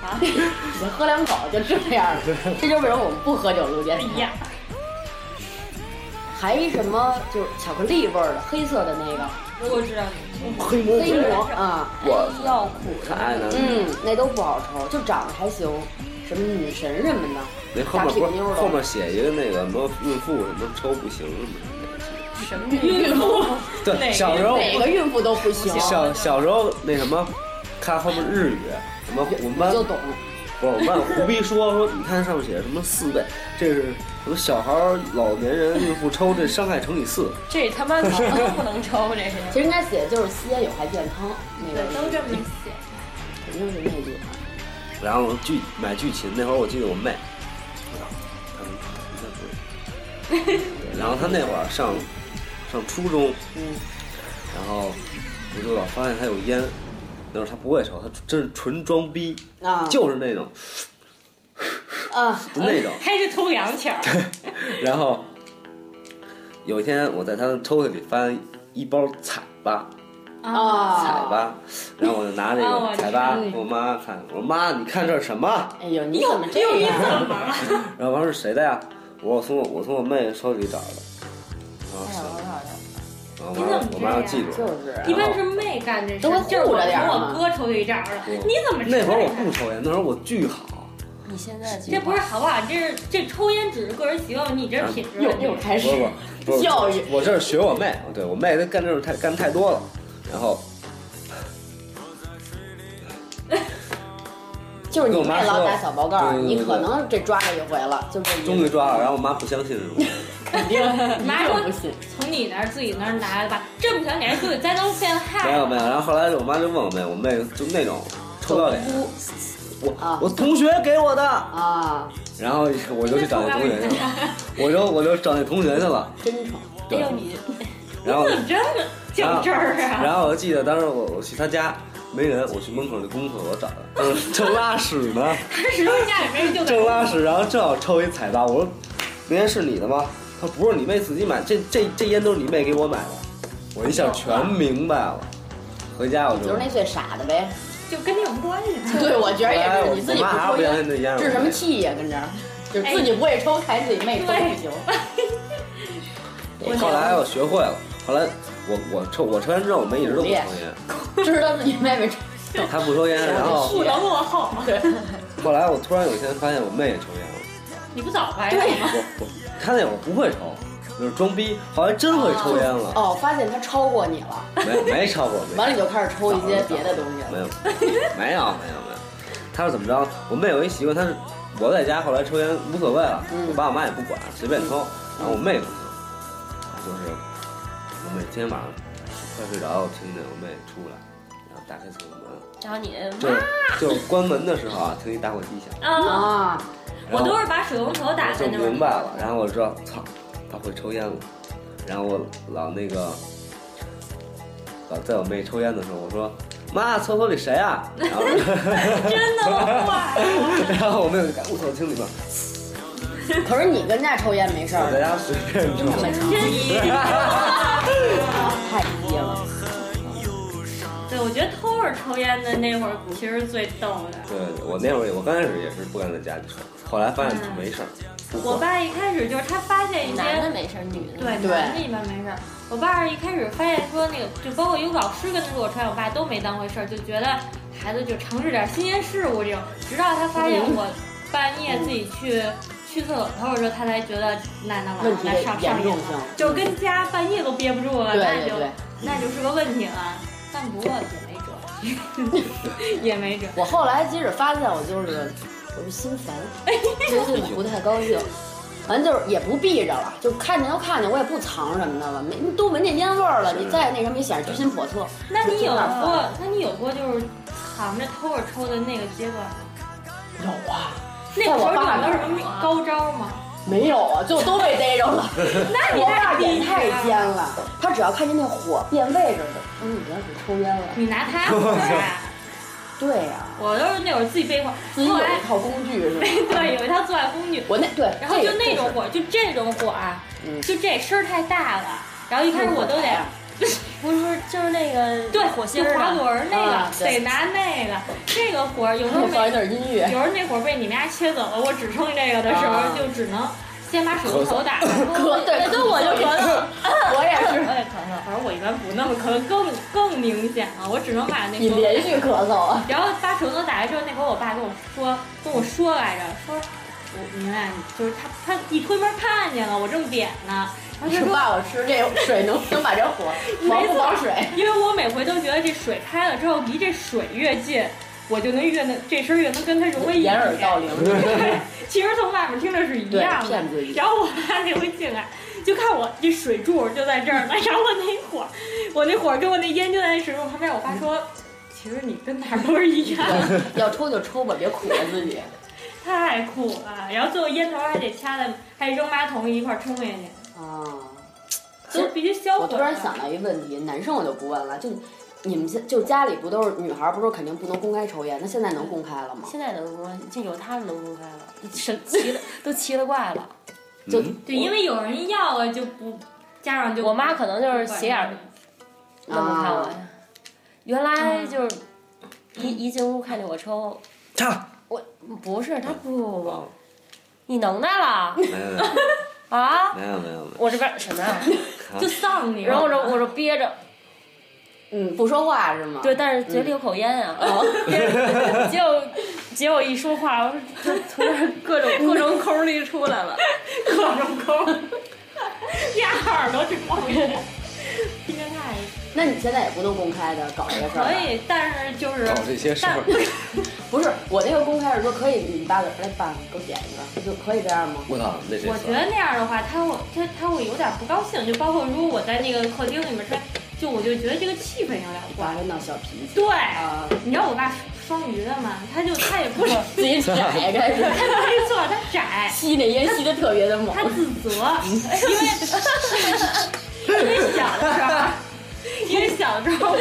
[SPEAKER 3] 啊！
[SPEAKER 1] 你喝两口就这样了，这就是为什么我们不喝酒录电
[SPEAKER 3] 哎
[SPEAKER 1] 台。
[SPEAKER 3] 呀，
[SPEAKER 1] 还一什么就是巧克力味儿的，黑色的那个
[SPEAKER 3] 我知道你，
[SPEAKER 2] 黑魔
[SPEAKER 1] 黑魔啊。
[SPEAKER 2] 我
[SPEAKER 3] 药苦
[SPEAKER 2] 太爱男
[SPEAKER 1] 嗯，那都不好抽，就长得还行，什么女神什么的，
[SPEAKER 2] 那后面不是后面写一个那个什么孕妇什么抽不行什么的。
[SPEAKER 1] 什么
[SPEAKER 3] 孕妇，哪
[SPEAKER 2] 对，
[SPEAKER 3] 个
[SPEAKER 2] 小时候
[SPEAKER 1] 哪个孕妇都不行，
[SPEAKER 2] 小小时候那什么，看后面日语，什么我们班
[SPEAKER 1] 就懂。
[SPEAKER 2] 不是，我看胡逼说说，你看上面写着什么四倍，这是什么小孩儿、老年人、孕妇抽，这伤害乘以四。
[SPEAKER 3] 这他妈草都不能抽，这是。
[SPEAKER 1] 其实应该写的就是吸烟有害健康，那个
[SPEAKER 4] 对，都这么写。
[SPEAKER 1] 肯定是那句话。
[SPEAKER 2] 然后剧买剧琴那会儿，我记得我妹，她说你看不是然后她那会儿上上初中，
[SPEAKER 1] 嗯，
[SPEAKER 2] 然后我就老发现她有烟，那会儿她不会抽，她真是纯装逼，
[SPEAKER 1] 啊
[SPEAKER 2] 就是那种
[SPEAKER 1] 啊，
[SPEAKER 2] 就那 种。
[SPEAKER 3] 还是偷 洋钱儿，
[SPEAKER 2] 然后有一天我在她的抽屉里翻一包彩吧，
[SPEAKER 1] 啊
[SPEAKER 2] 彩吧，然后我就拿这
[SPEAKER 3] 啊我
[SPEAKER 2] 个
[SPEAKER 3] 知
[SPEAKER 2] 彩
[SPEAKER 3] 道
[SPEAKER 2] 吧
[SPEAKER 3] 那
[SPEAKER 2] 给我妈看，我说妈，你看这是什么？
[SPEAKER 1] 哎呦，你怎么这样？
[SPEAKER 3] 怎 么了？
[SPEAKER 2] 然后我说是谁的呀？我说我从我我从我妹手里找的。然后
[SPEAKER 1] 哎
[SPEAKER 2] 是
[SPEAKER 1] 呦我操
[SPEAKER 2] 我
[SPEAKER 4] 你
[SPEAKER 2] 妈
[SPEAKER 4] 怎么
[SPEAKER 2] 我妈
[SPEAKER 4] 这样
[SPEAKER 2] 记住
[SPEAKER 1] 就
[SPEAKER 2] 了。
[SPEAKER 1] 是
[SPEAKER 2] 然
[SPEAKER 3] 一般
[SPEAKER 2] 后
[SPEAKER 3] 是妹干这事，
[SPEAKER 1] 都会
[SPEAKER 3] 就是
[SPEAKER 1] 护
[SPEAKER 3] 我
[SPEAKER 1] 着点儿
[SPEAKER 3] 从
[SPEAKER 1] 嘛
[SPEAKER 3] 我哥抽一张了，
[SPEAKER 2] 我
[SPEAKER 3] 你怎么知道
[SPEAKER 2] 那会儿我
[SPEAKER 3] 呀
[SPEAKER 2] 不抽烟，那会儿我巨好。
[SPEAKER 1] 你现在
[SPEAKER 3] 这不是好不好？这是这抽烟只是个人习惯，你这是品质
[SPEAKER 1] 又
[SPEAKER 3] 问题。
[SPEAKER 1] 又开
[SPEAKER 2] 不
[SPEAKER 1] 始
[SPEAKER 2] 是不是不 是
[SPEAKER 1] 教育
[SPEAKER 2] 我这是学我妹，对我妹她干这种太干太多了，然后
[SPEAKER 1] 就是你
[SPEAKER 2] 跟我妈
[SPEAKER 1] 别老
[SPEAKER 2] 说
[SPEAKER 1] 打小报告，
[SPEAKER 2] 对对对
[SPEAKER 1] 你可能这抓了一回了，就这一
[SPEAKER 2] 终于抓了，然后我妈不相信是我，
[SPEAKER 1] 肯定，
[SPEAKER 3] 妈说
[SPEAKER 1] 不信。
[SPEAKER 3] 从你那儿自己那儿拿的吧，这么小点儿就得栽赃陷害。
[SPEAKER 2] 没有没有，然后后来我妈就问我妹，我妹就那种抽到脸，我
[SPEAKER 1] 啊
[SPEAKER 2] 我同学给我的，
[SPEAKER 1] 啊，
[SPEAKER 2] 然后我就去找那同学去 了，我就我就找那同学去了，
[SPEAKER 1] 真丑。
[SPEAKER 2] 对，
[SPEAKER 3] 哎你
[SPEAKER 2] 然后
[SPEAKER 3] 怎么这么较真儿 啊？
[SPEAKER 2] 然后我记得当时我我去他家没人，我去门口那公厕我找他，当时正拉屎 呢，
[SPEAKER 3] 他始终家里面就
[SPEAKER 2] 正
[SPEAKER 3] 得
[SPEAKER 2] 拉屎，然后正好抽一彩吧，我说那烟是你的吗？他说不是你妹自己买，这这这烟都是你妹给我买的，我一下全明白了。回家我就
[SPEAKER 1] 就是那最傻的呗，
[SPEAKER 3] 就跟你有关系。
[SPEAKER 1] 对，我觉得
[SPEAKER 2] 哎
[SPEAKER 1] 也
[SPEAKER 2] 我
[SPEAKER 1] 是，你自己
[SPEAKER 2] 我妈还
[SPEAKER 1] 抽
[SPEAKER 2] 不相
[SPEAKER 1] 烟，
[SPEAKER 2] 信那烟是
[SPEAKER 1] 治什
[SPEAKER 2] 我
[SPEAKER 1] 么
[SPEAKER 2] 妹
[SPEAKER 1] 气呀？跟这儿，就是自己不会抽，还自己妹抽不行。
[SPEAKER 2] 我后来我学会了，后来我我抽我抽完之后我妹一直都不抽烟，
[SPEAKER 1] 知道自己妹妹抽，
[SPEAKER 2] 她不抽 烟，然后
[SPEAKER 3] 不能落后，
[SPEAKER 2] 后来我突然有一天发现我妹也抽烟了。
[SPEAKER 3] 你不早来了吗？
[SPEAKER 2] 我我他那会儿不会抽，就是装逼，后来真会抽 烟了，
[SPEAKER 1] 哦，发现她超过你了，
[SPEAKER 2] 没没抽过，没
[SPEAKER 1] 完了你就开始抽一些别的东西
[SPEAKER 2] 没
[SPEAKER 1] 了。
[SPEAKER 2] 有 没有没有没有，他是怎么着？我妹有一习惯，她是我在家后来抽烟无所谓了，
[SPEAKER 1] 嗯
[SPEAKER 2] 我爸我妈也不管，随便抽，然后我妹不行，就是我妹今天晚上快睡着，我听见我妹出来，然后打开厕所门，
[SPEAKER 3] 然后你
[SPEAKER 2] 就就关门的时候啊，听一打火机响，
[SPEAKER 3] 啊，
[SPEAKER 1] 啊，
[SPEAKER 3] 我都是把水龙头打
[SPEAKER 2] 我
[SPEAKER 3] 开
[SPEAKER 2] 就
[SPEAKER 3] 那种
[SPEAKER 2] 明白。了，然后我知道，操，他会抽烟了。然后我老那个，老在我妹抽烟的时候，我说：“妈，厕所里谁啊？”然后，
[SPEAKER 3] 真的坏。
[SPEAKER 2] 然后我妹就赶紧我操，听你们，
[SPEAKER 1] 可是你跟家抽烟没事
[SPEAKER 2] 我在
[SPEAKER 1] 儿，
[SPEAKER 2] 家随便抽。
[SPEAKER 3] 啊
[SPEAKER 1] 太低了。
[SPEAKER 3] 对，我觉得偷着抽烟的那会儿其实最逗的。
[SPEAKER 2] 对，我那会儿我刚开始也是不敢在家里抽，后来发现没事儿，不
[SPEAKER 3] 嗯我
[SPEAKER 2] 管。
[SPEAKER 3] 爸一开始就是他发现一些
[SPEAKER 5] 男的没事儿，女的
[SPEAKER 3] 对
[SPEAKER 1] 对
[SPEAKER 3] 男的一般没事儿。我爸一开始发现说那个，就包括有老师跟他说我抽烟，我爸都没当回事儿，就觉得孩子就尝试点新鲜事物这种。直到他发现我半夜自己去、去厕所偷的时候，他才觉得那那完
[SPEAKER 1] 问
[SPEAKER 3] 了，
[SPEAKER 1] 题
[SPEAKER 3] 那
[SPEAKER 1] 的
[SPEAKER 3] 上上
[SPEAKER 1] 严
[SPEAKER 3] 瘾
[SPEAKER 1] 重
[SPEAKER 3] 了，
[SPEAKER 1] 性，
[SPEAKER 3] 就跟家半夜都憋不住了，
[SPEAKER 1] 对
[SPEAKER 3] 那
[SPEAKER 1] 对
[SPEAKER 3] 就
[SPEAKER 1] 对。
[SPEAKER 3] 那就是个问题了。但不过也没辙，也没辙。
[SPEAKER 1] 我后来即使发现我就是，我是心烦，最近不太高兴，完就是也不避着了，就看见就看见，我也不藏什么的了，没都闻见烟味儿了，你再那什么也显得居心叵测。
[SPEAKER 3] 那你有过？那你有过就是藏着偷着抽的那个阶段吗？
[SPEAKER 1] 有啊，
[SPEAKER 3] 那时候你有什么高招吗？
[SPEAKER 1] 没有啊，就都被逮着了。
[SPEAKER 3] 那
[SPEAKER 1] 我爸也太奸了，他只要看见那火变位置了，嗯，你要是抽烟了，
[SPEAKER 3] 你拿它火呀？
[SPEAKER 1] 对呀、
[SPEAKER 3] 我都是那会儿自己备火，
[SPEAKER 1] 自己
[SPEAKER 3] 后
[SPEAKER 1] 有
[SPEAKER 3] 来？
[SPEAKER 1] 一套工具是吧
[SPEAKER 3] 对有一套做爱工具，
[SPEAKER 1] 我那对，
[SPEAKER 3] 然后
[SPEAKER 1] 这
[SPEAKER 3] 就
[SPEAKER 1] 也
[SPEAKER 3] 那种
[SPEAKER 1] 是
[SPEAKER 3] 火，就这种火啊
[SPEAKER 1] 嗯，
[SPEAKER 3] 就这声儿太大了，然后一开始我都得。
[SPEAKER 5] 不是不是，就是那个
[SPEAKER 3] 对，
[SPEAKER 5] 火
[SPEAKER 3] 就
[SPEAKER 5] 星儿
[SPEAKER 3] 滑
[SPEAKER 5] 的，
[SPEAKER 3] 轮儿那
[SPEAKER 1] 啊
[SPEAKER 3] 个，
[SPEAKER 1] 对
[SPEAKER 3] 得拿那个，这个火儿有时 候
[SPEAKER 1] 我放
[SPEAKER 3] 没
[SPEAKER 1] 一段音乐
[SPEAKER 3] 有时，候那会儿被你们家切走了，我只剩这个的时
[SPEAKER 1] 啊
[SPEAKER 3] 候，就只能先把手龙头打开。
[SPEAKER 1] 咳对
[SPEAKER 3] 对，我就咳嗽，
[SPEAKER 1] 我也是。
[SPEAKER 3] 我也咳嗽。反正我一般不那么咳，更更明显了，我只能把那
[SPEAKER 1] 你
[SPEAKER 3] 个。
[SPEAKER 1] 连续咳嗽啊！
[SPEAKER 3] 然后把手龙头打开之后，那会儿我爸跟我说，跟我说来着，说我明白，就是他他一推门看见了我正点呢，然后 他
[SPEAKER 1] 是
[SPEAKER 3] 说
[SPEAKER 1] 爸，我吃这水能能把这火防
[SPEAKER 3] 没
[SPEAKER 1] 不
[SPEAKER 3] 错
[SPEAKER 1] 防水？
[SPEAKER 3] 因为我每回都觉得这水开了之后离这水越近，我就能越能这声儿越能跟他融为一体。
[SPEAKER 1] 掩耳盗铃，
[SPEAKER 3] 其实从外面听着是一
[SPEAKER 1] 对
[SPEAKER 3] 样的
[SPEAKER 1] 骗自己。
[SPEAKER 3] 然后我妈那回进来，就看我这水柱就在这儿呢，然后我那火，我那火跟我那烟就在那水柱旁边。我爸说，其实你跟哪儿都是一样的。
[SPEAKER 1] 要抽就抽吧，别苦了自己。
[SPEAKER 3] 太苦了，然后最后烟头还得掐在，还扔马桶一块儿冲下去，
[SPEAKER 1] 啊，
[SPEAKER 3] 都必须销毁。
[SPEAKER 1] 我突然想，到一问题，男生我就不问了，就你们家就家里不都是女孩，不是肯定不能公开抽烟？那现在能公开了吗？
[SPEAKER 5] 现在能公开，就有他们能公开了，神奇了，都奇了怪了。
[SPEAKER 1] 就
[SPEAKER 2] 嗯
[SPEAKER 3] 对，因为有人要了就不，家长就
[SPEAKER 5] 我妈可能就是斜眼儿那么看我
[SPEAKER 1] 啊，
[SPEAKER 5] 呀。原来就是一一进屋看见我抽，
[SPEAKER 2] 他
[SPEAKER 5] 我不是他不不不，
[SPEAKER 2] 哦，
[SPEAKER 5] 你能耐了
[SPEAKER 2] 没有没有
[SPEAKER 5] 啊！
[SPEAKER 2] 没有没有没有，
[SPEAKER 5] 我这边儿什么呀？
[SPEAKER 2] 啊
[SPEAKER 3] 就丧你。
[SPEAKER 5] 然后我就我就憋着，
[SPEAKER 1] 嗯，不说话是吗？
[SPEAKER 5] 对，，但是嘴里有口烟啊。 结果结果一说话，我就从那儿各种各种口儿里出来 了。
[SPEAKER 3] 各种抠，压耳朵直冒烟，应该
[SPEAKER 1] 那你现在也不能公开的搞这个事儿
[SPEAKER 3] 可
[SPEAKER 1] 吧。
[SPEAKER 3] 以，但是就是
[SPEAKER 2] 搞这些事儿，
[SPEAKER 1] 不是，我那个公开是说可以，呃你爸给来爸给我点一个，就可以这样吗？
[SPEAKER 2] 我操，那谁
[SPEAKER 3] 我觉得那样的话，他会他他会有点不高兴，就包括如果我在那个客厅里面穿，就我就觉得这个气氛有点
[SPEAKER 1] 爸
[SPEAKER 3] 怪。
[SPEAKER 1] 就闹小脾气
[SPEAKER 3] 对，
[SPEAKER 1] 啊，
[SPEAKER 3] 你知道我爸双鱼的吗？他就他也不是。
[SPEAKER 1] 自己窄开始
[SPEAKER 3] 他没错，他窄，
[SPEAKER 1] 吸那烟吸的特别的 猛
[SPEAKER 3] 他自责， 因为因为小的时候，因为小的时候，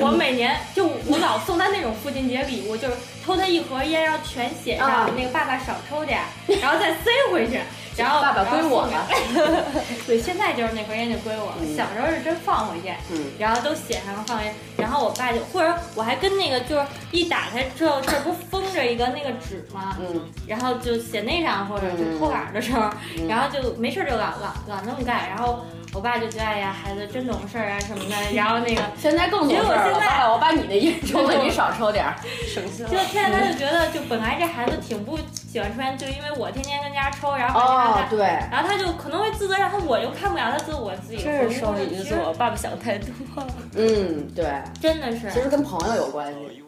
[SPEAKER 3] 我每年就我老送他那种父亲节礼物，就是偷他一盒烟，然后全写
[SPEAKER 1] 啊
[SPEAKER 3] 上那个爸爸少抽点儿，然后再塞回去，然后
[SPEAKER 1] 爸爸归我了。
[SPEAKER 3] 然后 送给对，现在就是那盒烟就归我了，
[SPEAKER 1] 嗯
[SPEAKER 3] 小时候是真放回去。
[SPEAKER 1] 嗯，
[SPEAKER 3] 然后都写上放烟，然后我爸就，或者我还跟那个就是一打开之后，这儿不封着一个那个纸吗？
[SPEAKER 1] 嗯，
[SPEAKER 3] 然后就写那上或者是偷懒的时候，
[SPEAKER 1] 嗯
[SPEAKER 3] 然后就没事儿就老老老那么干，然后我爸就觉得哎呀孩子真懂事儿啊什么的，然后那个
[SPEAKER 1] 现在更懂事儿
[SPEAKER 3] 结
[SPEAKER 1] 了。
[SPEAKER 3] 果现在
[SPEAKER 1] 爸爸，我把你的烟抽了，你少抽点 儿。
[SPEAKER 5] 省心
[SPEAKER 3] 就现在他就觉得就本来这孩子挺不喜欢抽烟，就因为我天天跟家抽，然后回家他。
[SPEAKER 1] 哦对，
[SPEAKER 3] 然后他就可能会自责，然后我又看不了他自责，我自己
[SPEAKER 5] 真是
[SPEAKER 3] 我
[SPEAKER 5] 双鱼
[SPEAKER 3] 其实
[SPEAKER 5] 座，爸爸想太多了。
[SPEAKER 1] 嗯，对，
[SPEAKER 3] 真的是
[SPEAKER 1] 其，实跟朋友有关系。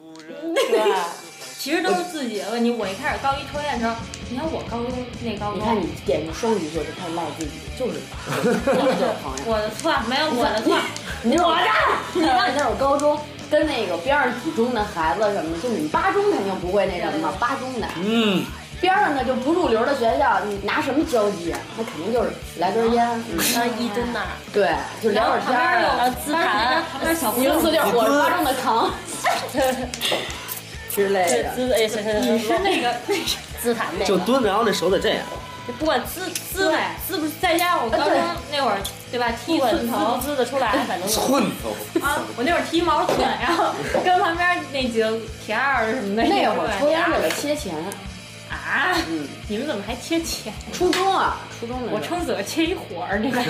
[SPEAKER 5] 对，
[SPEAKER 3] 其实都是 自己的问题。我一开始高一抽烟的时候，你看我高中那高
[SPEAKER 1] 你
[SPEAKER 3] 中，
[SPEAKER 1] 看你点个双鱼座就开始赖自己，就是就是就是朋友。
[SPEAKER 3] 我
[SPEAKER 5] 啊
[SPEAKER 3] 的错没有 我的错，
[SPEAKER 1] 你我的，你知道你那会儿高中跟那个边上几中的孩子什么的，就你们八中肯定不会那什么嘛，八中的
[SPEAKER 2] 嗯，
[SPEAKER 1] 边上的就不入流的学校，你拿什么交际啊？那肯定就是来根烟，嗯，
[SPEAKER 5] 然后一蹲那儿，
[SPEAKER 1] 对，就聊会儿天
[SPEAKER 3] 然
[SPEAKER 1] 儿
[SPEAKER 3] 后
[SPEAKER 1] 啊。
[SPEAKER 5] 然后姿
[SPEAKER 3] 然
[SPEAKER 5] 态
[SPEAKER 3] 后，旁边小朋
[SPEAKER 1] 一
[SPEAKER 3] 友
[SPEAKER 1] 个。四六，我是八中的 扛之类
[SPEAKER 5] 对
[SPEAKER 1] 的。
[SPEAKER 5] 姿哎，行行行，
[SPEAKER 3] 你是那个
[SPEAKER 5] 姿态那
[SPEAKER 2] 就
[SPEAKER 5] 个，
[SPEAKER 2] 蹲，然后那手得这样，
[SPEAKER 5] 不管姿姿
[SPEAKER 3] 对，是不是再加
[SPEAKER 1] 啊
[SPEAKER 3] 上我高中那会儿，对吧？
[SPEAKER 5] 不
[SPEAKER 3] 剃
[SPEAKER 5] 管
[SPEAKER 3] 寸
[SPEAKER 5] 姿
[SPEAKER 3] 头
[SPEAKER 5] 不姿的出来，反正
[SPEAKER 2] 寸头，
[SPEAKER 3] 啊，我那会儿剃毛寸，然后跟旁边那几个铁二什么的
[SPEAKER 1] 那
[SPEAKER 3] 会
[SPEAKER 1] 会
[SPEAKER 3] 儿
[SPEAKER 1] 儿抽烟为了切钱，
[SPEAKER 3] 啊，
[SPEAKER 1] 嗯，
[SPEAKER 3] 你们怎么还切钱？
[SPEAKER 1] 初中啊，初中那会
[SPEAKER 3] 我
[SPEAKER 1] 儿
[SPEAKER 3] 撑死了切一火儿，你们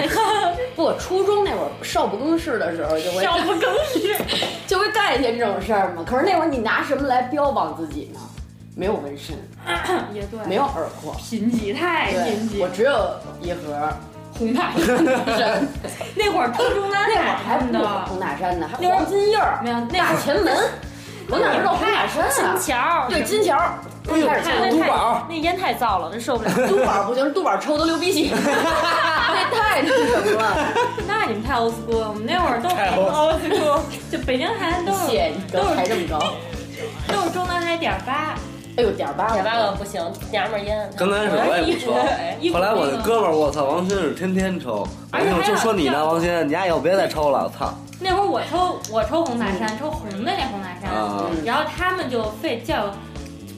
[SPEAKER 1] 不，初中那会儿少不更事的时候就会
[SPEAKER 3] 少不更事。
[SPEAKER 1] 就会干一些这种事儿嘛。可是那会儿你拿什么来标榜自己呢？没有纹身，
[SPEAKER 3] 也对，
[SPEAKER 1] 没有耳廓，
[SPEAKER 3] 贫瘠太
[SPEAKER 1] 对
[SPEAKER 3] 贫瘠
[SPEAKER 1] 我，只有一盒
[SPEAKER 3] 红大
[SPEAKER 1] 真
[SPEAKER 3] 那会儿初中呢，
[SPEAKER 1] 那会儿还
[SPEAKER 3] 真
[SPEAKER 1] 不有
[SPEAKER 3] 的啊
[SPEAKER 1] 红塔山呢，还
[SPEAKER 3] 那会儿
[SPEAKER 1] 黄金叶儿
[SPEAKER 3] 没，有那会
[SPEAKER 1] 大
[SPEAKER 3] 儿。
[SPEAKER 1] 前门，我哪知道红塔山
[SPEAKER 5] 金
[SPEAKER 1] 啊？
[SPEAKER 5] 桥，
[SPEAKER 1] 对，金桥儿，
[SPEAKER 2] 哎呦
[SPEAKER 1] 开始
[SPEAKER 5] 那
[SPEAKER 1] 前门
[SPEAKER 2] 都
[SPEAKER 5] 太
[SPEAKER 2] 宝
[SPEAKER 5] 那烟太燥了，真受不了。
[SPEAKER 1] 督宝不行，督宝抽都流鼻血，那太那什么了。
[SPEAKER 3] 那你们太 old school 了，我们那会儿都
[SPEAKER 2] 太
[SPEAKER 3] old school，就北京孩子都有
[SPEAKER 1] 谢谢你高抬这么高，
[SPEAKER 3] 都是中南海点儿八，
[SPEAKER 1] 哎呦点儿八了，
[SPEAKER 5] 铁八个不行，娘们儿烟。
[SPEAKER 2] 刚开始我也不说，
[SPEAKER 3] 哎一股
[SPEAKER 2] 后来我
[SPEAKER 3] 那
[SPEAKER 2] 的
[SPEAKER 3] 个
[SPEAKER 2] 哥们儿，我操，王鑫是天天抽，
[SPEAKER 3] 而
[SPEAKER 2] 哎
[SPEAKER 3] 且
[SPEAKER 2] 呦，
[SPEAKER 3] 还有
[SPEAKER 2] 就说你呢，王鑫，你丫以后别再抽了，操
[SPEAKER 3] 那会儿我抽我抽红塔山，抽红的那红塔山，
[SPEAKER 2] 啊！
[SPEAKER 3] 然后他们就非叫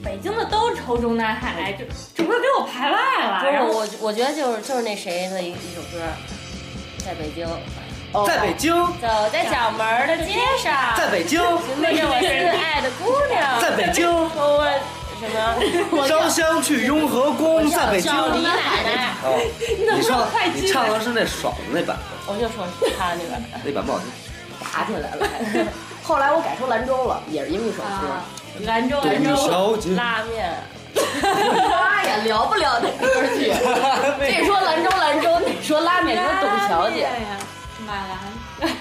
[SPEAKER 3] 北京的都抽中南海，就这不是给我排外
[SPEAKER 5] 不
[SPEAKER 3] 了？
[SPEAKER 5] 是
[SPEAKER 3] 然后
[SPEAKER 5] 哎我，我觉得就是就是那谁的一一首歌，在北京，
[SPEAKER 1] 哦
[SPEAKER 2] 啊在北京，
[SPEAKER 5] 走在角门儿的街上，
[SPEAKER 2] 在北京，
[SPEAKER 5] 那着我心爱的姑娘，
[SPEAKER 2] 在北京，
[SPEAKER 5] 我我什么？
[SPEAKER 2] 烧香去雍和宫，在北京。
[SPEAKER 5] 叫李奶奶，
[SPEAKER 2] 哦，你
[SPEAKER 3] 不
[SPEAKER 2] 说
[SPEAKER 3] 能快
[SPEAKER 2] 你
[SPEAKER 3] 进
[SPEAKER 2] 唱的是那爽的那版，
[SPEAKER 5] 我就说他那个。
[SPEAKER 2] 那版不好听。
[SPEAKER 1] 打起来了。后来我改抽兰州了，也是因为一首歌
[SPEAKER 3] 啊。，兰州兰州，
[SPEAKER 2] 小姐，
[SPEAKER 5] 拉面，
[SPEAKER 1] 妈呀，聊不聊那歌剧？这说兰州兰州，那说拉面，说董小姐。
[SPEAKER 3] 哎呀，马兰，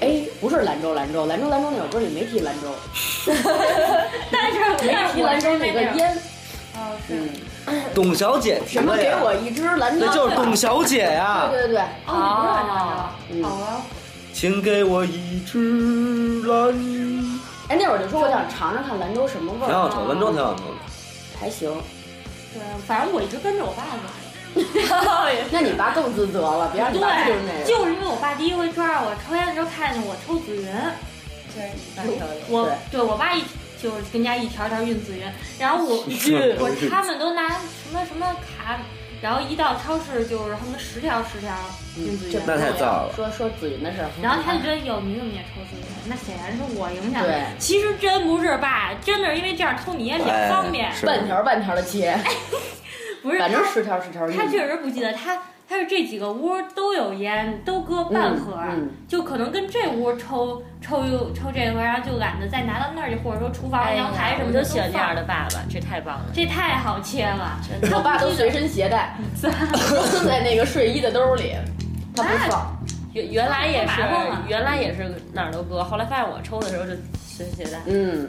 [SPEAKER 1] 哎，不是兰州兰州，兰州兰州那首歌里没提兰州，
[SPEAKER 3] 但是但是
[SPEAKER 1] 提
[SPEAKER 3] 我
[SPEAKER 1] 兰州
[SPEAKER 3] 是
[SPEAKER 1] 那
[SPEAKER 3] 那
[SPEAKER 1] 个
[SPEAKER 3] 种，
[SPEAKER 1] 烟，
[SPEAKER 3] 哦是
[SPEAKER 1] 嗯，
[SPEAKER 2] 董小姐提
[SPEAKER 1] 什么
[SPEAKER 2] 了
[SPEAKER 1] 给
[SPEAKER 2] 呀
[SPEAKER 1] 我一支兰州
[SPEAKER 2] 那
[SPEAKER 1] 的，
[SPEAKER 2] 就是董小姐呀。
[SPEAKER 1] 对对对，
[SPEAKER 3] 哦，你不是很难
[SPEAKER 5] 哦
[SPEAKER 3] 的，好啊，
[SPEAKER 2] 请给我一支兰。
[SPEAKER 1] 哎，那会儿就说我想尝尝看兰州什么味
[SPEAKER 2] 挺
[SPEAKER 1] 儿，
[SPEAKER 2] 好抽，兰州挺好抽的。
[SPEAKER 1] 还行。
[SPEAKER 3] 对，反正我一直跟着我爸走。
[SPEAKER 1] 那你爸更自责了，别让你爸就是那
[SPEAKER 3] 对，
[SPEAKER 1] 个。
[SPEAKER 3] 就是因为我爸第一回抓我抽烟的时候看见我抽紫云，我对我爸一就是跟家一条条运紫云，然后我我他们都拿什么什么卡，然后一到超市就是他们十条十条
[SPEAKER 1] 嗯
[SPEAKER 3] 运紫云，
[SPEAKER 2] 那太燥了
[SPEAKER 1] 说说紫云的事儿，
[SPEAKER 3] 嗯然后他就觉得哟你怎么也抽紫云？那显然是我影响
[SPEAKER 1] 对
[SPEAKER 3] 的，其实真不是爸，真的是因为这样偷你烟比较
[SPEAKER 2] 哎
[SPEAKER 3] 方便，
[SPEAKER 2] 是
[SPEAKER 1] 半条半条的切，
[SPEAKER 3] 不是
[SPEAKER 1] 反正
[SPEAKER 3] 哎他
[SPEAKER 1] 十条十条。
[SPEAKER 3] 他确实不记得他。他是这几个屋都有烟，都搁半盒，
[SPEAKER 1] 嗯
[SPEAKER 3] 就可能跟这屋抽抽抽这盒，然后就懒得再拿到那儿去，或者说厨房、
[SPEAKER 5] 哎
[SPEAKER 3] 阳台什么
[SPEAKER 5] 我
[SPEAKER 3] 的
[SPEAKER 5] 就
[SPEAKER 3] 都
[SPEAKER 5] 喜欢这
[SPEAKER 3] 放
[SPEAKER 5] 样的爸爸，这太棒了。
[SPEAKER 3] 这太好切了，
[SPEAKER 1] 嗯我爸都随身携 带， 都在那个睡衣的兜里，他不放。
[SPEAKER 5] 原原来也是
[SPEAKER 3] 太麻烦了，
[SPEAKER 5] 原来也是哪儿都搁，后来发现我抽的时候就随身携带。
[SPEAKER 1] 嗯，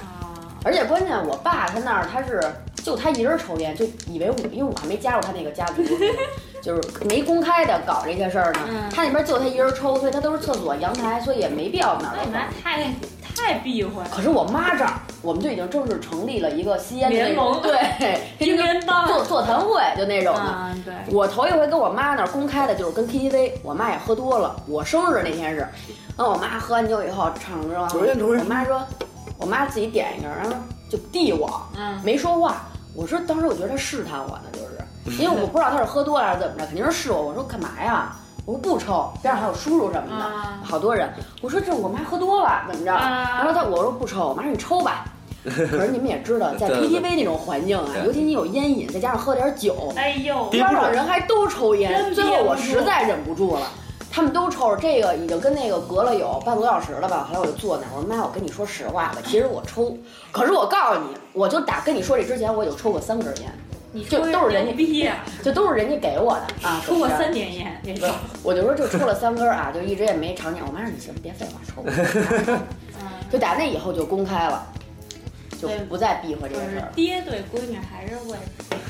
[SPEAKER 3] 啊，
[SPEAKER 1] 而且关键我爸他那儿他是就他一人抽烟，就以为我因为我还没加入他那个家族， 就是没公开的搞这些事儿呢。
[SPEAKER 3] 嗯
[SPEAKER 1] 他那边就他一人抽，所以他都是厕所、阳台，所以也没必要哪儿
[SPEAKER 3] 那
[SPEAKER 1] 都
[SPEAKER 3] 你
[SPEAKER 1] 放
[SPEAKER 3] 妈太太避 讳了，
[SPEAKER 1] 可是我妈这儿，我们就已经正式成立了一个吸烟的
[SPEAKER 3] 联盟
[SPEAKER 1] 对，
[SPEAKER 3] 听
[SPEAKER 1] 就
[SPEAKER 3] 人帮
[SPEAKER 1] 座座谈会就那种的。
[SPEAKER 3] 啊，对，
[SPEAKER 1] 我头一回跟我妈那儿公开的就是跟 KTV，我妈也喝多了，我生日那天是，然后我妈喝完酒以后唱着，
[SPEAKER 2] 主任主任
[SPEAKER 1] 我妈说，我妈自己点一根儿，然后就递我，
[SPEAKER 3] 嗯，
[SPEAKER 1] 没说话。我说当时我觉得她试探我呢，就
[SPEAKER 2] 嗯
[SPEAKER 1] 是因为我不知道她是喝多了还是怎么着，肯定是试我。我说干嘛呀？我说不抽，边上还有叔叔什么的，
[SPEAKER 3] 啊
[SPEAKER 1] 好多人。我说这我妈喝多了怎么着？
[SPEAKER 3] 啊
[SPEAKER 1] 然后她我说不抽，我妈说你抽 吧。可是你们也知道，在
[SPEAKER 2] 对对
[SPEAKER 1] KTV 那种环境啊，
[SPEAKER 2] 对
[SPEAKER 1] 尤其你有烟瘾，再加上喝点酒，
[SPEAKER 3] 哎呦，
[SPEAKER 2] 憋
[SPEAKER 1] 边
[SPEAKER 2] 不住
[SPEAKER 1] 上人还都抽烟，
[SPEAKER 3] 真
[SPEAKER 1] 最
[SPEAKER 3] 憋
[SPEAKER 1] 后我
[SPEAKER 3] 不住
[SPEAKER 1] 实在忍不住了。他们都抽着这个，已经跟那个隔了有半个多小时了吧？后来我就坐那儿，我说妈，我跟你说实话吧，其实我抽，可是我告诉你，我就打跟你说这之前，我就抽过三根烟，
[SPEAKER 3] 你
[SPEAKER 1] 就
[SPEAKER 3] 抽
[SPEAKER 1] 都是人家
[SPEAKER 3] 牛逼 啊，
[SPEAKER 1] 就都是人家给我的啊。
[SPEAKER 3] 抽过
[SPEAKER 1] 首先
[SPEAKER 3] 三年烟那种，
[SPEAKER 1] 我就说就抽了三根儿啊，就一直也没常年。我妈说你行，别废话，抽吧。
[SPEAKER 3] 嗯
[SPEAKER 1] 就打那以后就公开了，就
[SPEAKER 3] 对
[SPEAKER 1] 不再避讳这
[SPEAKER 3] 就
[SPEAKER 1] 个事
[SPEAKER 3] 是
[SPEAKER 1] 儿。
[SPEAKER 3] 爹对闺女还是会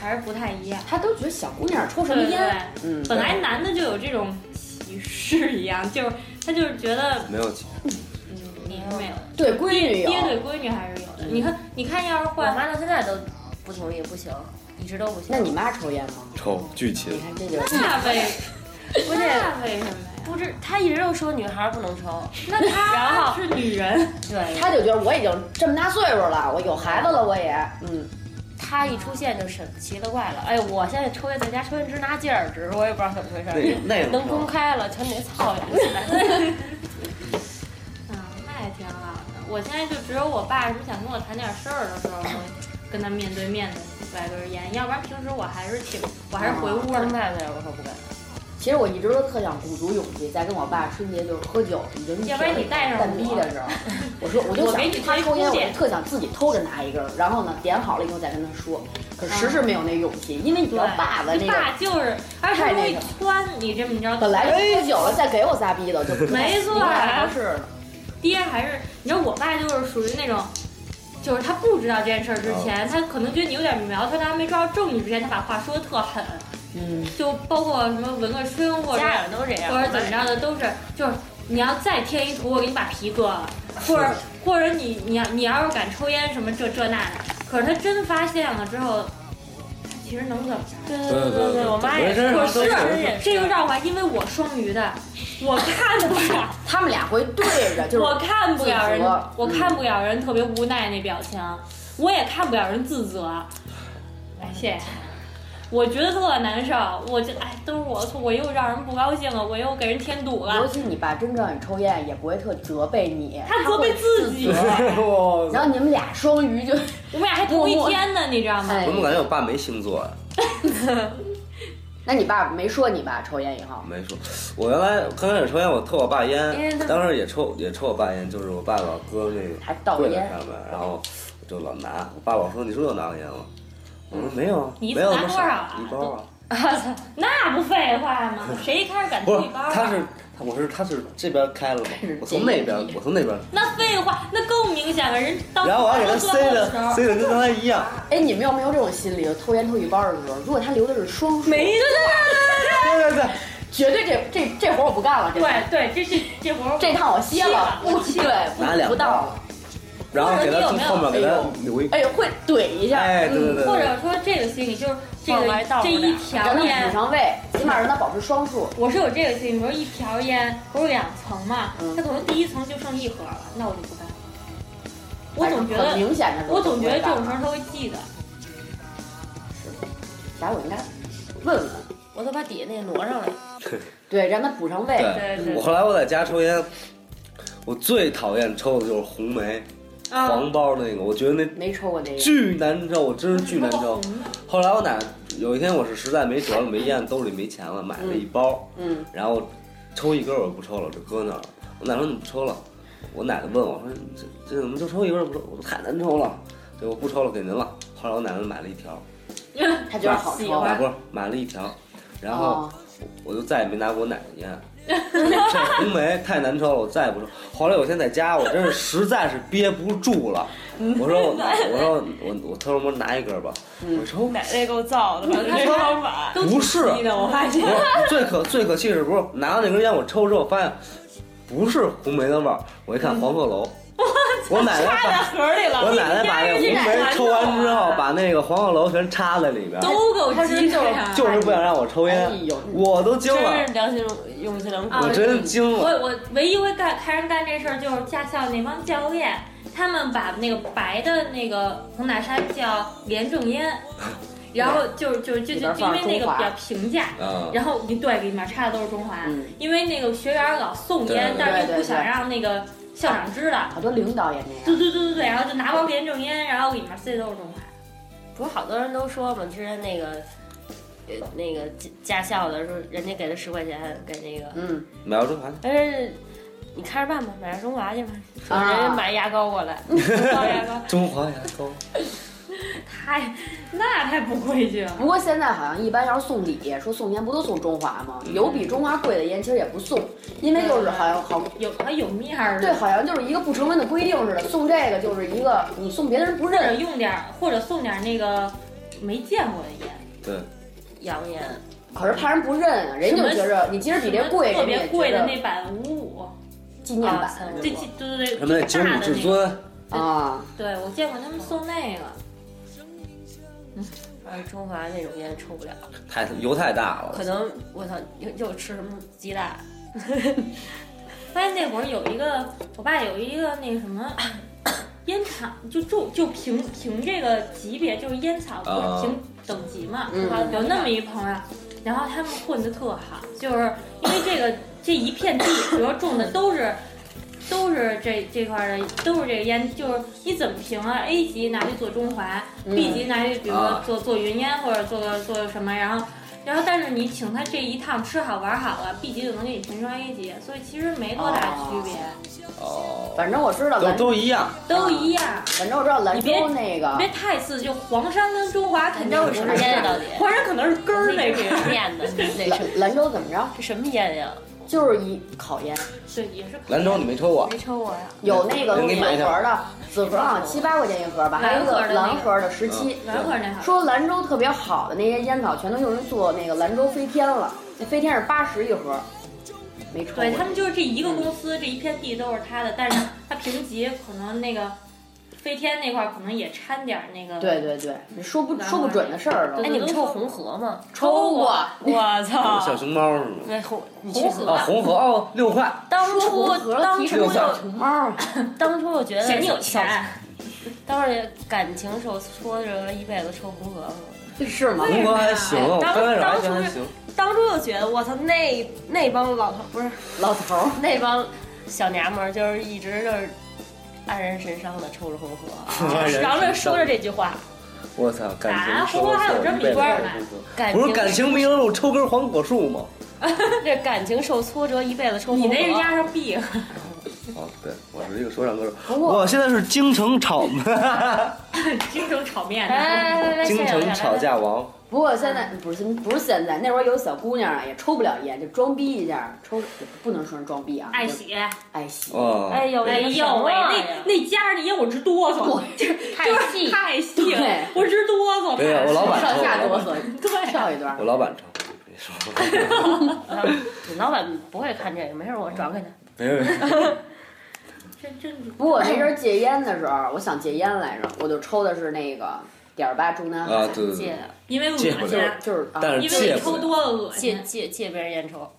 [SPEAKER 3] 还是不太一样，
[SPEAKER 1] 她都觉得小姑娘抽什么
[SPEAKER 3] 对对
[SPEAKER 1] 烟？
[SPEAKER 3] 对，
[SPEAKER 1] 嗯，
[SPEAKER 3] 本来男的就有这种歧视一样，就是他就是觉得
[SPEAKER 2] 没有钱，
[SPEAKER 3] 嗯你是没有，
[SPEAKER 1] 对闺女
[SPEAKER 3] 爹
[SPEAKER 1] 有，
[SPEAKER 3] 对闺女还是有的，你看你看要是
[SPEAKER 5] 我
[SPEAKER 3] 换。
[SPEAKER 5] 妈到现在都不同意，不行，一直都不行。
[SPEAKER 1] 那你妈抽烟吗？
[SPEAKER 2] 抽巨
[SPEAKER 1] 你
[SPEAKER 2] 勤。
[SPEAKER 1] 看这就是。
[SPEAKER 3] 那 为，
[SPEAKER 5] 不是
[SPEAKER 3] 那为什么呀？
[SPEAKER 5] 不知她一直都说女孩不能抽，
[SPEAKER 3] 那
[SPEAKER 5] 然
[SPEAKER 3] 她
[SPEAKER 5] 后
[SPEAKER 3] 是女人，
[SPEAKER 5] 对，
[SPEAKER 1] 他就觉得我已经这么大岁数了，我有孩子了，我也，嗯，
[SPEAKER 5] 她一出现就神奇了怪了。哎，我现在抽烟在家抽烟直拿劲儿，只是我也不知道怎么回
[SPEAKER 2] 那
[SPEAKER 5] 事。
[SPEAKER 2] 那
[SPEAKER 5] 能公
[SPEAKER 2] 种
[SPEAKER 5] 开了，全得 操呀！现在
[SPEAKER 3] 嗯，那也挺好的。我现在就只有我爸什么想跟我谈点事儿的时候，我跟他面对面的来根烟，要不然平时我还是挺，我还是回屋
[SPEAKER 1] 哦
[SPEAKER 5] 我
[SPEAKER 3] 的
[SPEAKER 5] 跟。爸那样，我说不敢。
[SPEAKER 1] 其实我一直都特想鼓足勇气，在跟我爸春节就是喝酒，已经
[SPEAKER 3] 要不然你带上我
[SPEAKER 1] 蛋逼的时候，我 说我就
[SPEAKER 3] 我
[SPEAKER 1] 想
[SPEAKER 3] 给你
[SPEAKER 1] 他
[SPEAKER 3] 推
[SPEAKER 1] 抽烟，我
[SPEAKER 3] 空
[SPEAKER 1] 就
[SPEAKER 3] 间
[SPEAKER 1] 特想自己偷着拿一根儿，然后呢点好了以后再跟他说，可实是没有那勇气，因为你知道爸爸那
[SPEAKER 3] 嗯你
[SPEAKER 1] 个
[SPEAKER 3] 爸就是，而且他容易窜，你这么着。
[SPEAKER 1] 本来就喝酒了，再给我仨逼的就不太
[SPEAKER 3] 哎没错啊
[SPEAKER 1] 不太合适了。
[SPEAKER 3] 爹还是，你知道我爸就是属于那种。就是他不知道这件事儿之前，他可能觉得你有点苗头，但还没抓到证据之前，他把话说的特狠，
[SPEAKER 1] 嗯，
[SPEAKER 3] 就包括什么纹个身或者
[SPEAKER 5] 家长都这样，
[SPEAKER 3] 或者怎么着的，都是就是你要再贴一图，我给你把皮割了，或者或者你你要你要是敢抽烟什么这这那的，可是他真发现了之后，他其实能怎么着？
[SPEAKER 5] 对
[SPEAKER 2] 对
[SPEAKER 5] 对
[SPEAKER 2] 对对
[SPEAKER 5] 对
[SPEAKER 2] 对
[SPEAKER 5] 对，我妈也
[SPEAKER 2] 纹身
[SPEAKER 3] 可
[SPEAKER 2] 上都
[SPEAKER 3] 是
[SPEAKER 2] 是
[SPEAKER 3] 这又让我，因为我双鱼的，我看不了，
[SPEAKER 1] 他们俩会对着，就是
[SPEAKER 3] 我看不了人
[SPEAKER 1] 自责，
[SPEAKER 3] 我看不了人特别无奈那表情，我也看不了人自责。哎，谢谢。我觉得特难受，我就哎，都是我的错，我又让人不高兴了，我又给人添堵了
[SPEAKER 1] 尤。其你爸真正你抽烟，也不会特责备你，
[SPEAKER 3] 他责备自己
[SPEAKER 1] 他会自责
[SPEAKER 2] 哇塞
[SPEAKER 1] 然后你们俩双鱼就，
[SPEAKER 3] 我们俩还同一天呢，你知道吗？
[SPEAKER 1] 哎
[SPEAKER 2] 我怎，么感觉我爸没星座呀？啊
[SPEAKER 1] 那你爸没说你爸抽烟以后，
[SPEAKER 2] 没说，我原来刚开始抽烟，我偷我爸烟
[SPEAKER 3] 哎
[SPEAKER 5] 烟，
[SPEAKER 2] 当时也抽也抽我爸烟，就是我爸老搁那个
[SPEAKER 1] 还倒
[SPEAKER 2] 柜子
[SPEAKER 1] 烟
[SPEAKER 2] 上面，然后我就老拿。我爸老说：“你是不是又拿了烟了？”我说：“没有啊，
[SPEAKER 3] 你一次
[SPEAKER 2] 没有
[SPEAKER 3] 拿
[SPEAKER 2] 那么
[SPEAKER 3] 多少啊
[SPEAKER 2] 少，一包啊。
[SPEAKER 3] 那不废话吗？谁一开始敢”
[SPEAKER 2] 不
[SPEAKER 3] 丢
[SPEAKER 2] 是
[SPEAKER 3] 一包啊？，
[SPEAKER 2] 他是他我是他是这边开了嘛，我从那边我从那 边，
[SPEAKER 3] 那废话，那更明显了。人当
[SPEAKER 2] 然后我还给他
[SPEAKER 3] 时端
[SPEAKER 2] 塞
[SPEAKER 3] 的时
[SPEAKER 2] 的
[SPEAKER 3] 候，
[SPEAKER 2] 塞的跟刚才一样，
[SPEAKER 1] 哎，你们有没有这种心理？就偷烟抽一包的时候，如果他留的是双数，
[SPEAKER 3] 没错，
[SPEAKER 2] 对对对，
[SPEAKER 1] 绝对这这这活我不干了，这活
[SPEAKER 3] 对对，这这这活儿
[SPEAKER 1] 这趟我歇了，
[SPEAKER 3] 歇了
[SPEAKER 1] 不对，不
[SPEAKER 2] 拿两
[SPEAKER 1] 不
[SPEAKER 2] 包
[SPEAKER 1] 到了。
[SPEAKER 2] 然后给他
[SPEAKER 3] 或者你有没有
[SPEAKER 2] 后面给他留一，
[SPEAKER 1] 哎，会怼一下，
[SPEAKER 2] 哎对对对，
[SPEAKER 3] 嗯或者说这个心理就是这
[SPEAKER 5] 往外
[SPEAKER 3] 个
[SPEAKER 5] 倒
[SPEAKER 3] 这一条
[SPEAKER 1] 让他
[SPEAKER 3] 烟
[SPEAKER 1] 补，上位，起码让他保持双数。
[SPEAKER 3] 我是有这个心理，比如一条烟不是有两层嘛，
[SPEAKER 1] 嗯
[SPEAKER 3] 它可能第一层就剩一盒了，那我就不干了。我
[SPEAKER 1] 反正
[SPEAKER 3] 总觉
[SPEAKER 1] 很
[SPEAKER 3] 得，
[SPEAKER 1] 明显的，
[SPEAKER 3] 我总觉得这种事儿他会记得。
[SPEAKER 1] 啥我应该问问，
[SPEAKER 5] 我都把底下那挪上来。
[SPEAKER 1] 对，让他补上位。
[SPEAKER 2] 对
[SPEAKER 3] 对对
[SPEAKER 2] 我后来我在家抽烟，我最讨厌抽的就是红梅，黄包那个，我觉得那
[SPEAKER 1] 没抽过那个，
[SPEAKER 2] 巨难抽，我真是巨难抽。后来我哪有一天我是实在没辙了，没烟，兜里没钱了，买了一包，
[SPEAKER 1] 嗯，
[SPEAKER 2] 然后抽一根我就不抽了，我就搁那儿了。我奶说你不抽了，我奶奶问我说你这这怎么就抽一根儿不抽？我说太难抽了，这我不抽了，给您了。后来我奶奶买了一条，
[SPEAKER 1] 他觉得好抽。啊
[SPEAKER 2] 买不是买了一条，然后
[SPEAKER 1] 哦
[SPEAKER 2] 我就再也没拿过我奶奶烟。这红梅太难抽了，我再也不抽。后来有一天在家，我真是实在是憋不住了，我说我我说我我偷摸拿一根儿吧，我抽
[SPEAKER 5] 奶奶给我造的，反正这方法。
[SPEAKER 2] 不是，
[SPEAKER 5] 你呢？我发现
[SPEAKER 2] 不是最可最可气是不是拿到那根烟我抽之后发现不是红梅的味儿，我一看黄鹤楼，我奶奶把
[SPEAKER 5] 盒里了
[SPEAKER 2] 我奶奶把那红梅抽完之 后，把那个黄鹤楼全插在里边儿，
[SPEAKER 3] 都够
[SPEAKER 1] 嗯他是
[SPEAKER 3] 急
[SPEAKER 1] 就是
[SPEAKER 3] 呀！
[SPEAKER 2] 就是不想让我抽
[SPEAKER 1] 哎
[SPEAKER 2] 烟
[SPEAKER 1] 呦，
[SPEAKER 2] 我都惊
[SPEAKER 5] 真
[SPEAKER 2] 了
[SPEAKER 5] 是，良心用心良苦。
[SPEAKER 2] 我真惊
[SPEAKER 3] 我
[SPEAKER 2] 了，
[SPEAKER 3] 我唯一会干开人干这事儿就是驾校那帮教练，他们把那个白的那个红奶沙叫廉政烟，然后就就就就
[SPEAKER 1] 里边
[SPEAKER 3] 就因
[SPEAKER 1] 放
[SPEAKER 3] 为那个
[SPEAKER 1] 中华
[SPEAKER 3] 比较平价。
[SPEAKER 2] 嗯，
[SPEAKER 3] 然后你对里面插的都是中华，
[SPEAKER 1] 嗯
[SPEAKER 3] 因为那个学员老送
[SPEAKER 2] 对，
[SPEAKER 3] 烟但
[SPEAKER 1] 对
[SPEAKER 3] 是又
[SPEAKER 1] 对
[SPEAKER 3] 不想
[SPEAKER 1] 对
[SPEAKER 3] 让那个校长知道。
[SPEAKER 1] 好多领导也那
[SPEAKER 3] 对
[SPEAKER 1] 样。
[SPEAKER 3] 对对对对，然后就拿包廉政烟，然后里面塞的都是中华。
[SPEAKER 5] 不是好多人都说嘛，之前那个，呃，那个驾驾校的时候，人家给他十块钱给那个，
[SPEAKER 1] 嗯，
[SPEAKER 2] 买个中华，
[SPEAKER 5] 但是你看着办吧，买点中华去吧，
[SPEAKER 1] 啊
[SPEAKER 5] 人家买牙膏过来，膏牙膏，
[SPEAKER 2] 中华牙膏，
[SPEAKER 3] 哎太，那太不规矩了。
[SPEAKER 1] 不过现在好像一般要是送礼，说送烟不都送中华吗？
[SPEAKER 3] 嗯
[SPEAKER 1] 有比中华贵的烟，其实也不送，因为就是好像好。
[SPEAKER 3] 有好像有面儿
[SPEAKER 1] 对，
[SPEAKER 3] 的，
[SPEAKER 1] 好像就是一个不成文的规定似的，送这个就是一个你送别的人不
[SPEAKER 3] 或者
[SPEAKER 1] 认，
[SPEAKER 3] 用点儿，或者送点儿那个没见过的烟，
[SPEAKER 2] 对，
[SPEAKER 5] 扬言
[SPEAKER 1] 可是怕人不认啊，人家就觉着你即使比这贵，
[SPEAKER 3] 特别贵的
[SPEAKER 1] 人家也
[SPEAKER 3] 那
[SPEAKER 1] 觉
[SPEAKER 3] 版五五，
[SPEAKER 1] 着纪念
[SPEAKER 5] 啊三
[SPEAKER 1] 版
[SPEAKER 5] 十五
[SPEAKER 3] 对对对对，
[SPEAKER 2] 什么那
[SPEAKER 3] 大
[SPEAKER 2] 九
[SPEAKER 3] 的
[SPEAKER 2] 五
[SPEAKER 3] 那
[SPEAKER 2] 至
[SPEAKER 3] 个。
[SPEAKER 2] 尊，
[SPEAKER 1] 啊，
[SPEAKER 3] 对，我见过他们送那个，
[SPEAKER 5] 啊，中华那种烟抽不了，
[SPEAKER 2] 太油太大
[SPEAKER 5] 可
[SPEAKER 2] 了，
[SPEAKER 5] 能我操又又吃什么鸡蛋，
[SPEAKER 3] 发现那会儿有一个，我爸有一个那个什么烟厂，就就就凭凭这个级别，就是烟草不
[SPEAKER 2] 啊
[SPEAKER 3] 是凭等级嘛，
[SPEAKER 1] 嗯
[SPEAKER 3] 有那么一朋友，然后他们混的特好，就是因为这个这一片地，比如种的都是。都是这这块儿的，都是这个烟，就是你怎么评啊？A 级拿去做中华、b
[SPEAKER 1] 嗯
[SPEAKER 3] 级拿去，比如说
[SPEAKER 2] 啊
[SPEAKER 3] 做做云烟或者做个做个什么，然后然后但是你请他这一趟吃好玩好了，B 级就能给你评成 A 级，所以其实没多大区别，
[SPEAKER 2] 哦，
[SPEAKER 1] 反正我知道
[SPEAKER 2] 都
[SPEAKER 1] 兰，
[SPEAKER 2] 都一样，
[SPEAKER 3] 都一样。
[SPEAKER 1] 反正我知道兰
[SPEAKER 3] 你
[SPEAKER 1] 州
[SPEAKER 3] 别
[SPEAKER 1] 那
[SPEAKER 3] 你
[SPEAKER 1] 个
[SPEAKER 3] 别太次，就黄山跟中华肯定有什
[SPEAKER 5] 什么
[SPEAKER 3] 么
[SPEAKER 5] 烟呀
[SPEAKER 3] 烟
[SPEAKER 5] 到底？
[SPEAKER 3] 黄山可能是根儿那个，
[SPEAKER 5] 面的那是
[SPEAKER 1] 兰兰州怎么着，
[SPEAKER 5] 这什么烟呀？
[SPEAKER 1] 就是一烤烟，
[SPEAKER 3] 对，也是
[SPEAKER 2] 兰州你没抽过，
[SPEAKER 5] 没抽过呀，
[SPEAKER 1] 有那个
[SPEAKER 2] 人
[SPEAKER 1] 紫
[SPEAKER 2] 给你买一
[SPEAKER 1] 盒
[SPEAKER 2] 条
[SPEAKER 1] 的，紫盒好像七八块钱一盒吧，还有一个蓝盒的十
[SPEAKER 2] 嗯
[SPEAKER 1] 七。
[SPEAKER 3] 蓝盒那好。
[SPEAKER 1] 说兰州特别好的那些烟草，全都用人做那个兰州飞天了，那飞天是八十一盒，没抽过。
[SPEAKER 3] 对他们就是这一个公司，这一片地都是他的，但是他评级可能那个飞天那块儿可能也掺点儿那个。
[SPEAKER 1] 对对对，你说不说不准的事儿都
[SPEAKER 5] 哎，你们抽红河吗？
[SPEAKER 3] 抽过，
[SPEAKER 5] 我
[SPEAKER 2] 小
[SPEAKER 5] 操，
[SPEAKER 2] 熊猫是吗？
[SPEAKER 5] 那红
[SPEAKER 1] 去
[SPEAKER 5] 红
[SPEAKER 1] 死
[SPEAKER 2] 啊，
[SPEAKER 5] 河。
[SPEAKER 2] 红河哦，六块，
[SPEAKER 5] 当初
[SPEAKER 1] 红盒
[SPEAKER 5] 当
[SPEAKER 1] 提
[SPEAKER 5] 初
[SPEAKER 1] 成
[SPEAKER 2] 六
[SPEAKER 5] 就
[SPEAKER 2] 块
[SPEAKER 1] 小熊猫，
[SPEAKER 5] 当初我觉得
[SPEAKER 3] 嫌你有
[SPEAKER 5] 小
[SPEAKER 3] 钱，
[SPEAKER 5] 当时感情受挫折，一辈子抽红河。
[SPEAKER 1] 是吗？
[SPEAKER 2] 红河还行，我刚开始还行还行，，
[SPEAKER 5] 当初就觉得我操，那那帮老头不是
[SPEAKER 1] 老头儿，
[SPEAKER 5] 那帮小娘们儿，就是一直就是黯然神伤的抽着红河 然后就说着这句话，
[SPEAKER 2] 我操，感
[SPEAKER 3] 啊
[SPEAKER 2] 情收
[SPEAKER 3] 红河
[SPEAKER 2] 获
[SPEAKER 3] 还有这么一段儿呢
[SPEAKER 5] 感
[SPEAKER 2] 不
[SPEAKER 5] 情
[SPEAKER 2] 是感情迷了路抽根黄果树吗？
[SPEAKER 5] 这感情受挫折，一辈子抽红
[SPEAKER 3] 你
[SPEAKER 5] 河。
[SPEAKER 3] 那是压上 B，
[SPEAKER 2] 哦，对，我是一个说唱歌手，
[SPEAKER 1] 过
[SPEAKER 2] 我现在是京城草莓，
[SPEAKER 3] 京城炒面
[SPEAKER 5] 来
[SPEAKER 3] 呢。
[SPEAKER 5] 来来来来，
[SPEAKER 2] 京
[SPEAKER 5] 下一
[SPEAKER 2] 城
[SPEAKER 5] 个
[SPEAKER 2] 吵。架王，
[SPEAKER 1] 不过现在不是不是现在，那会儿有小姑娘啊，也抽不了烟，就装逼一下，抽不能说是装逼啊，
[SPEAKER 3] 爱喜，
[SPEAKER 1] 就爱 喜。
[SPEAKER 2] 哇，
[SPEAKER 5] 哎呦
[SPEAKER 3] 哎呦喂，那那夹着的烟我直哆嗦，
[SPEAKER 5] 太
[SPEAKER 3] 就是
[SPEAKER 5] 细，
[SPEAKER 3] 太细了
[SPEAKER 1] 对，
[SPEAKER 3] 我直哆嗦。
[SPEAKER 2] 没有我老板
[SPEAKER 1] 上
[SPEAKER 2] 抽，
[SPEAKER 1] 下
[SPEAKER 2] 我
[SPEAKER 1] 哆
[SPEAKER 2] 老板
[SPEAKER 1] 嗦，
[SPEAKER 3] 对
[SPEAKER 1] 跳一段
[SPEAKER 2] 我。老板抽，别说，
[SPEAKER 5] 老板不会看这个，没事，我转给他。
[SPEAKER 2] 没有，没有
[SPEAKER 3] 真真
[SPEAKER 1] 不过我那阵儿戒烟的时候，我想戒烟来着，我就抽的是那个点儿八中南海，
[SPEAKER 2] 啊，对对
[SPEAKER 5] 戒
[SPEAKER 2] 对，
[SPEAKER 3] 因为恶
[SPEAKER 2] 戒不了
[SPEAKER 3] 心，
[SPEAKER 1] 就是啊，
[SPEAKER 2] 但是
[SPEAKER 3] 因为
[SPEAKER 2] 戒
[SPEAKER 3] 你
[SPEAKER 2] 不
[SPEAKER 3] 抽
[SPEAKER 2] 了，
[SPEAKER 3] 多了恶
[SPEAKER 5] 戒
[SPEAKER 3] 心。
[SPEAKER 5] 戒戒别人烟抽，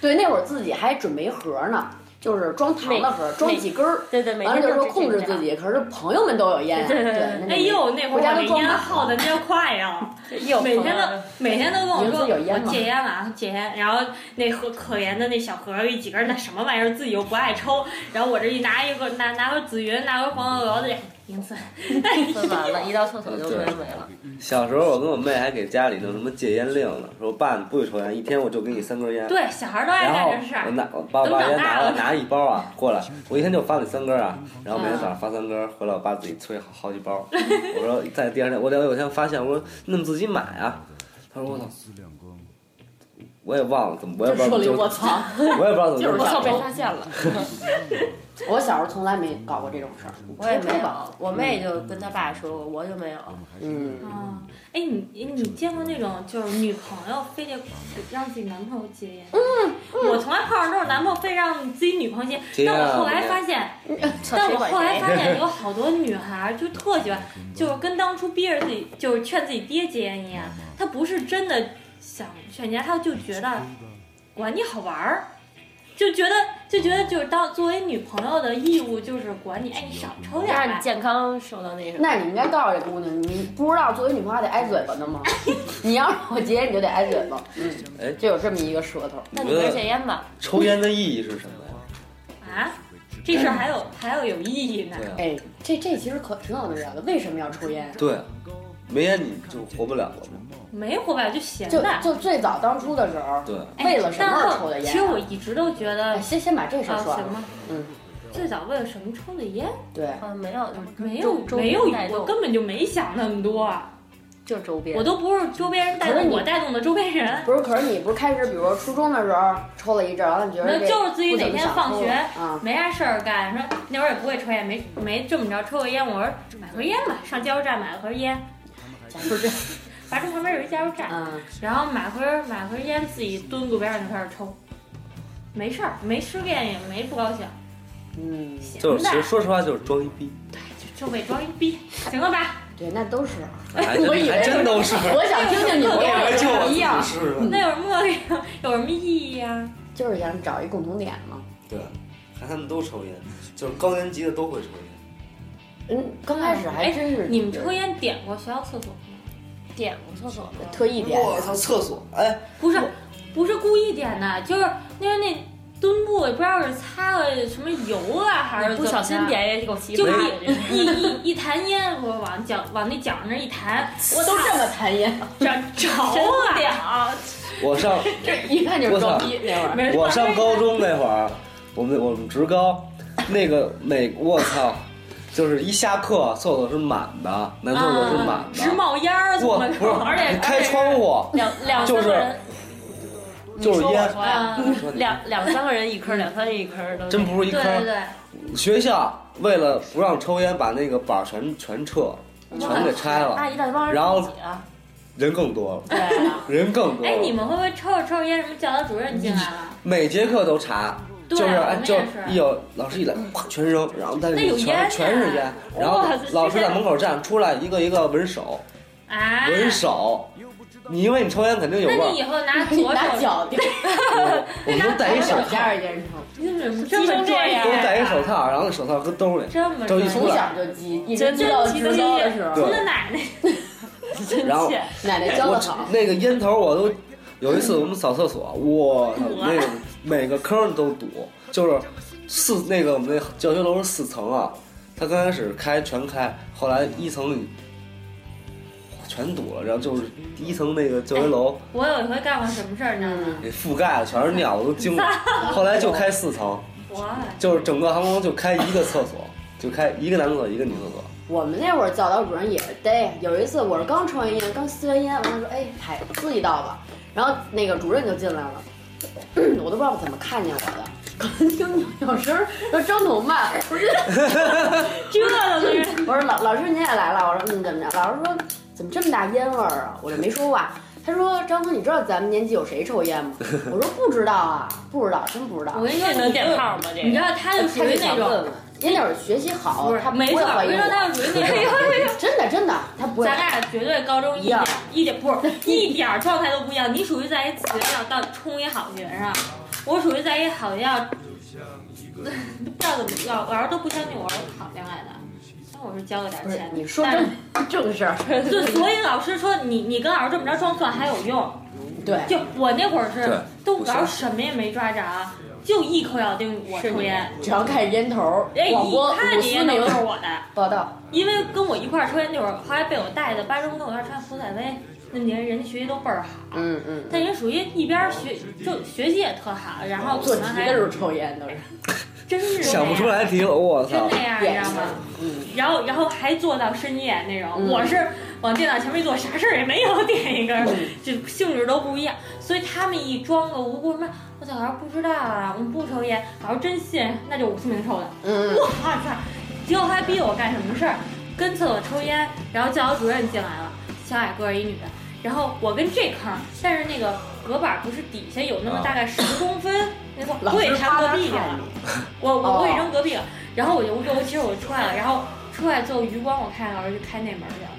[SPEAKER 1] 对那会儿自己还准备盒呢，就是装糖的盒，装几根儿，
[SPEAKER 5] 对对，每
[SPEAKER 1] 完
[SPEAKER 5] 天
[SPEAKER 1] 了就
[SPEAKER 5] 都
[SPEAKER 1] 说控制自己，可是朋友们都有烟，
[SPEAKER 5] 对对对
[SPEAKER 1] 对，
[SPEAKER 3] 哎呦，那会
[SPEAKER 1] 回家
[SPEAKER 3] 儿
[SPEAKER 1] 都
[SPEAKER 3] 我
[SPEAKER 1] 装
[SPEAKER 3] 烟
[SPEAKER 1] 满
[SPEAKER 3] 耗的那叫快呀。
[SPEAKER 5] 这又
[SPEAKER 3] 每天
[SPEAKER 5] 碰到
[SPEAKER 3] 都每天都跟我
[SPEAKER 1] 你们自
[SPEAKER 3] 说
[SPEAKER 1] 己有烟吗
[SPEAKER 3] 我戒烟了啊，戒烟。然后那盒可怜的那小盒儿里几根儿那什么玩意儿，自己又不爱抽。然后我这一拿一个拿拿个紫云，拿个黄油的哎银色，
[SPEAKER 5] 分完了，一到厕所就没没了。
[SPEAKER 2] 小时候我跟我妹还给家里弄什么戒烟令呢，说爸你不许抽烟，一天我就给你三根烟。
[SPEAKER 3] 对，小孩儿都爱
[SPEAKER 2] 然后
[SPEAKER 3] 干这事
[SPEAKER 2] 我
[SPEAKER 3] 儿。
[SPEAKER 2] 拿我把我
[SPEAKER 3] 等
[SPEAKER 2] 爸
[SPEAKER 3] 长
[SPEAKER 2] 烟
[SPEAKER 3] 大
[SPEAKER 2] 拿了，
[SPEAKER 3] 了
[SPEAKER 2] 拿一包啊过来，我一天就发你三根啊，然后每天早上发三根，回来我爸自己催好好几包。我说在第二天，我得有一天发现，我说那么自己买啊，他说我操，我也忘了怎么，我也不知道
[SPEAKER 1] 说
[SPEAKER 2] 怎
[SPEAKER 1] 了一
[SPEAKER 2] 么
[SPEAKER 1] 我
[SPEAKER 2] 就，
[SPEAKER 1] 操！
[SPEAKER 2] 我也不知道怎么
[SPEAKER 1] 就是
[SPEAKER 2] 就
[SPEAKER 5] 我
[SPEAKER 2] 买
[SPEAKER 5] 操，
[SPEAKER 2] 了
[SPEAKER 5] 被发现了，
[SPEAKER 1] 我小时候从来没搞过这种事儿，
[SPEAKER 5] 我也没
[SPEAKER 1] 抽吧
[SPEAKER 5] 有。我
[SPEAKER 2] 嗯
[SPEAKER 5] 妹就跟她爸说过，我就没有。
[SPEAKER 1] 嗯，
[SPEAKER 3] 啊，哎，你你你见过那种就是女朋友非得让自己男朋友戒烟？
[SPEAKER 5] 嗯
[SPEAKER 3] 我从来碰上这种男朋友非让自己女朋友戒，
[SPEAKER 2] 戒
[SPEAKER 3] 但
[SPEAKER 2] 烟啊
[SPEAKER 3] 我后来
[SPEAKER 2] 我
[SPEAKER 3] 发现，
[SPEAKER 5] 操
[SPEAKER 3] 但
[SPEAKER 5] 谁
[SPEAKER 3] 我
[SPEAKER 5] 管
[SPEAKER 3] 后来
[SPEAKER 5] 谁？
[SPEAKER 3] 发 现有好多女孩儿就特 喜欢，
[SPEAKER 2] 嗯
[SPEAKER 3] 就是跟当初逼着自己，就是劝自己爹戒烟一样，
[SPEAKER 2] 嗯
[SPEAKER 3] 她不是真的想劝人家，她就觉得管你好玩儿，就觉得就觉得就是当作为女朋友的义务就是管你，哎，你少抽点儿
[SPEAKER 5] 让
[SPEAKER 3] 吧
[SPEAKER 5] 你。健康受到那什么。
[SPEAKER 1] 那你应该告诉这姑娘，你不知道作为女朋友还得挨嘴巴呢吗？ 你要让我结，你就得挨嘴巴。嗯，
[SPEAKER 2] 哎
[SPEAKER 1] 就有这么一个舌头。
[SPEAKER 5] 那
[SPEAKER 2] 你
[SPEAKER 5] 你
[SPEAKER 2] 觉
[SPEAKER 5] 不是
[SPEAKER 2] 得
[SPEAKER 5] 戒烟吧？
[SPEAKER 2] 抽烟的意义是什么呀？
[SPEAKER 3] 啊，这事儿还有还要有意义呢
[SPEAKER 2] 对。啊，
[SPEAKER 1] 哎，这这其实可挺有意思的，为什么要抽烟？
[SPEAKER 2] 对啊，没烟你就活不了了嘛。
[SPEAKER 3] 没活不了就闲
[SPEAKER 1] 就
[SPEAKER 3] 的。
[SPEAKER 1] 就最早当初的时候，
[SPEAKER 2] 对，啊
[SPEAKER 3] 哎
[SPEAKER 1] 为了什么
[SPEAKER 3] 但
[SPEAKER 1] 而
[SPEAKER 3] 后
[SPEAKER 1] 抽的烟啊？
[SPEAKER 3] 其实我一直都觉得
[SPEAKER 1] 哎，先先把这事儿
[SPEAKER 3] 啊，
[SPEAKER 1] 说
[SPEAKER 3] 什
[SPEAKER 1] 了。
[SPEAKER 3] 么
[SPEAKER 1] 嗯，
[SPEAKER 3] 最早为了什么抽的烟？
[SPEAKER 1] 对，
[SPEAKER 5] 好嗯像没有，
[SPEAKER 3] 没有
[SPEAKER 5] 周周
[SPEAKER 3] 没有，
[SPEAKER 5] 边带动
[SPEAKER 3] 我根本就没想那么多，啊
[SPEAKER 5] 就是周边。
[SPEAKER 3] 我都不是周边人带
[SPEAKER 1] 可是
[SPEAKER 3] 动，
[SPEAKER 1] 你
[SPEAKER 3] 我带动的周边人。
[SPEAKER 1] 不是，可是你不是开始，比如说初中的时候抽了一阵儿，完了你觉得
[SPEAKER 3] 那
[SPEAKER 1] 这
[SPEAKER 3] 就是自己
[SPEAKER 1] 不怎
[SPEAKER 3] 哪
[SPEAKER 1] 么
[SPEAKER 3] 天
[SPEAKER 1] 想
[SPEAKER 3] 放
[SPEAKER 1] 抽
[SPEAKER 3] 学
[SPEAKER 1] 了啊，
[SPEAKER 3] 没啥事儿干，说那会儿也不会抽烟，没没这么着抽个烟。我说买盒烟吧，上加油站买盒烟，
[SPEAKER 1] 咱 不是
[SPEAKER 3] 反正旁边有一加油站，
[SPEAKER 1] 嗯，
[SPEAKER 3] 然后买盒买盒烟，自己蹲路边上就开始抽，没事儿，没失恋也没不高兴，
[SPEAKER 1] 嗯，
[SPEAKER 3] 闲
[SPEAKER 2] 就是其
[SPEAKER 3] 的
[SPEAKER 2] 实说实话就是装一逼，
[SPEAKER 3] 就就伪装一逼，行了吧？
[SPEAKER 1] 对，那都是。啊
[SPEAKER 2] 还
[SPEAKER 1] 我以
[SPEAKER 2] 真
[SPEAKER 1] 为
[SPEAKER 2] 哎还真都是。
[SPEAKER 1] 我想听听你 们俩有什么一样，
[SPEAKER 2] 是
[SPEAKER 3] 那有什么有什么意义呀、
[SPEAKER 1] 就是想找一共同点嘛。
[SPEAKER 2] 对，看他们都抽烟，就是高年级的都会抽烟。
[SPEAKER 1] 嗯，刚开始还真是
[SPEAKER 3] 你们抽烟点过学校厕所吗？
[SPEAKER 5] 点过厕所吗？
[SPEAKER 1] 特意点，
[SPEAKER 2] 我操，厕所！哎，
[SPEAKER 3] 不是，不是故意点的，就是因为那墩布也不知道是擦了什么油啊，还是
[SPEAKER 5] 不小心
[SPEAKER 3] 怎么着。
[SPEAKER 5] 点也够奇
[SPEAKER 3] 就
[SPEAKER 5] 葩
[SPEAKER 3] 是
[SPEAKER 5] 的。 这
[SPEAKER 3] 一一一弹烟，我往脚往那脚那一 弹，啊
[SPEAKER 1] 我都这么弹烟，
[SPEAKER 3] 着着了。
[SPEAKER 5] 啊！
[SPEAKER 2] 我上
[SPEAKER 1] 这一看就是装逼那会儿。
[SPEAKER 3] 没事
[SPEAKER 2] 我上高中那会儿，我们我们职高，那个每我操，就是一下课厕所是满的，男厕所是满
[SPEAKER 3] 啊，直
[SPEAKER 2] 的。
[SPEAKER 3] 冒烟儿，啊从
[SPEAKER 2] 我
[SPEAKER 3] 门
[SPEAKER 2] 不
[SPEAKER 3] 口，
[SPEAKER 2] 是
[SPEAKER 3] 而且
[SPEAKER 2] 你开窗户
[SPEAKER 5] 两两三
[SPEAKER 2] 就
[SPEAKER 5] 个
[SPEAKER 2] 是
[SPEAKER 5] 人，
[SPEAKER 2] 就是
[SPEAKER 5] 你说我
[SPEAKER 2] 烟，
[SPEAKER 5] 说呀，
[SPEAKER 3] 啊，
[SPEAKER 2] 说你
[SPEAKER 5] 两两三个人一颗，两三个人一颗都
[SPEAKER 2] 真不是一
[SPEAKER 3] 对
[SPEAKER 2] 坑。
[SPEAKER 3] 对对，
[SPEAKER 2] 学校为了不让抽烟，把那个板儿全全撤，全给拆
[SPEAKER 5] 阿
[SPEAKER 3] 哎
[SPEAKER 2] 了，
[SPEAKER 5] 姨到底帮人
[SPEAKER 2] 然后
[SPEAKER 5] 自己啊？
[SPEAKER 2] 人更多了，
[SPEAKER 5] 对啊，
[SPEAKER 2] 人更多了。
[SPEAKER 3] 哎，你们会不会抽着抽着烟，什么教导主任进来了？
[SPEAKER 2] 每节课都查，
[SPEAKER 3] 对啊
[SPEAKER 2] 就是哎
[SPEAKER 3] 我们
[SPEAKER 2] 就
[SPEAKER 3] 也是嗯
[SPEAKER 2] 一有老师一来，啪全扔，然后但是
[SPEAKER 3] 那有烟
[SPEAKER 2] 全
[SPEAKER 3] 呀
[SPEAKER 2] 全是烟，然后
[SPEAKER 3] 哇塞
[SPEAKER 2] 老师在门口站，出来一个一个闻手，
[SPEAKER 3] 啊，
[SPEAKER 2] 闻手。你因为你抽烟肯定有
[SPEAKER 3] 哎那
[SPEAKER 2] 味
[SPEAKER 3] 你
[SPEAKER 2] 儿，
[SPEAKER 3] 以后拿左
[SPEAKER 1] 拿
[SPEAKER 3] 手，
[SPEAKER 1] 脚，
[SPEAKER 2] 我我 们都戴一手
[SPEAKER 1] 手
[SPEAKER 2] 套，
[SPEAKER 1] 夹着烟抽，
[SPEAKER 3] 你怎么这啊么
[SPEAKER 5] 鸡生这
[SPEAKER 3] 专业
[SPEAKER 5] 样
[SPEAKER 2] 都戴一手套，然后那手套搁兜里，
[SPEAKER 3] 这么
[SPEAKER 2] 周
[SPEAKER 3] 专
[SPEAKER 2] 一
[SPEAKER 3] 业
[SPEAKER 2] 出
[SPEAKER 1] 从
[SPEAKER 2] 来
[SPEAKER 1] 小就急，一直记到职高的时候，
[SPEAKER 3] 从他奶奶
[SPEAKER 2] 然后
[SPEAKER 5] 贱
[SPEAKER 1] 奶奶教
[SPEAKER 2] 我
[SPEAKER 1] 的好。
[SPEAKER 2] 那个烟头我都有一次我们扫厕所，我那个每个坑都堵，就是四那个我们那教学楼是四层啊，它刚开始开全开，后来一层里全堵了，然后就是一层那个教学楼
[SPEAKER 3] 我有一回干过什么事儿，你知
[SPEAKER 1] 嗯
[SPEAKER 3] 道吗？
[SPEAKER 2] 给覆盖了，全是尿，我都惊了。后来就开四层，
[SPEAKER 1] 嗯
[SPEAKER 3] 我啊
[SPEAKER 2] 就是整个航空就开一个厕所，就开一个男厕所一个女厕所，
[SPEAKER 1] 我们那会儿教导主任也是逮。有一次我是刚抽完烟，刚吸完烟，完了说哎还自己倒吧，然后那个主任就进来了， 我都不知道怎么看见我 的，可能听鸟叫声儿，说张董曼，我说
[SPEAKER 3] 这都是
[SPEAKER 1] 我说老老师您也来了，我说嗯怎么着？老师说怎么这么大烟味儿啊？我就没说话。他说张哥，你知道咱们年级有谁抽烟吗？我说不知道啊，不知道，真不知道。啊
[SPEAKER 3] 我跟你说，
[SPEAKER 5] 这能点炮吗？这
[SPEAKER 3] 你知
[SPEAKER 5] 个
[SPEAKER 3] 道他就属
[SPEAKER 1] 他
[SPEAKER 3] 于
[SPEAKER 1] 就
[SPEAKER 3] 那
[SPEAKER 1] 想
[SPEAKER 3] 种
[SPEAKER 1] 问，问，因为那会儿学习好
[SPEAKER 3] 不，是
[SPEAKER 1] 他不
[SPEAKER 3] 没
[SPEAKER 1] 会
[SPEAKER 3] 错，我
[SPEAKER 1] 怀
[SPEAKER 3] 跟
[SPEAKER 1] 疑
[SPEAKER 3] 你说
[SPEAKER 1] 我。
[SPEAKER 3] 他就属于 那种，
[SPEAKER 1] 真的真的，他不会
[SPEAKER 3] 哎咱俩绝对高中一
[SPEAKER 1] 一样
[SPEAKER 3] 点一点不是 一点儿状态都不一样，你属于在一学校到冲一好学上，我属于在一好学校， 不知道怎么老老师都不相信我是考上来的，但我是交了点
[SPEAKER 1] 不是
[SPEAKER 3] 钱，
[SPEAKER 1] 你说
[SPEAKER 3] 但是
[SPEAKER 1] 正正事 儿，
[SPEAKER 3] 就所以老师说你你跟老师这么着装蒜还有用，
[SPEAKER 1] 对，
[SPEAKER 3] 就我那会儿是
[SPEAKER 2] 对
[SPEAKER 3] 都
[SPEAKER 2] 不是
[SPEAKER 3] 老师什么也没抓着，啊就一口咬定我抽烟，
[SPEAKER 1] 只要看烟头，
[SPEAKER 3] 哎，
[SPEAKER 1] 广播
[SPEAKER 3] 一看
[SPEAKER 1] 五
[SPEAKER 3] 你
[SPEAKER 1] 四
[SPEAKER 3] 烟
[SPEAKER 1] 那
[SPEAKER 3] 头
[SPEAKER 1] 个
[SPEAKER 3] 就是我的，
[SPEAKER 1] 报道，
[SPEAKER 3] 因为跟我一块儿抽烟那会儿，后来被我带的八中跟我一块儿穿胡采薇，那年人家学习都倍儿好，
[SPEAKER 1] 嗯嗯，
[SPEAKER 3] 但人属于一边儿学就学习也特好，然后
[SPEAKER 1] 做
[SPEAKER 3] 可
[SPEAKER 1] 题
[SPEAKER 3] 能
[SPEAKER 1] 的
[SPEAKER 3] 还哎
[SPEAKER 1] 时候抽烟都是，
[SPEAKER 3] 真是那样
[SPEAKER 2] 想不出来题，我
[SPEAKER 3] 真
[SPEAKER 2] 操！
[SPEAKER 3] 那
[SPEAKER 1] 啊
[SPEAKER 3] 样，你知道吗？
[SPEAKER 1] 嗯，
[SPEAKER 3] 然后，然后还做到深夜那种。
[SPEAKER 1] 嗯
[SPEAKER 3] 我是往电脑前面一坐，啥事儿也没有， 点一根，
[SPEAKER 1] 嗯
[SPEAKER 3] 就性质都不一样。所以他们一装个无辜什么，我操，老师不知道啊，我们不抽烟，老师真信，那就我姓名抽的。
[SPEAKER 1] 嗯
[SPEAKER 3] 我操！结果他逼我干什么事儿？跟厕所抽烟，然后教导主任进来了，小矮个儿一女的，然后我跟这坑，但是那个隔板不是底下有那么大概十公分，那个
[SPEAKER 1] 老
[SPEAKER 3] 我给
[SPEAKER 1] 师
[SPEAKER 3] 他
[SPEAKER 1] 啪
[SPEAKER 3] 隔
[SPEAKER 1] 啪
[SPEAKER 3] 壁去了
[SPEAKER 1] 看。你，
[SPEAKER 3] 我我
[SPEAKER 1] 哦
[SPEAKER 3] 我给扔隔壁了，然后我就我就其实我出来了，然后出来之后余光我看见老师就开那门去了，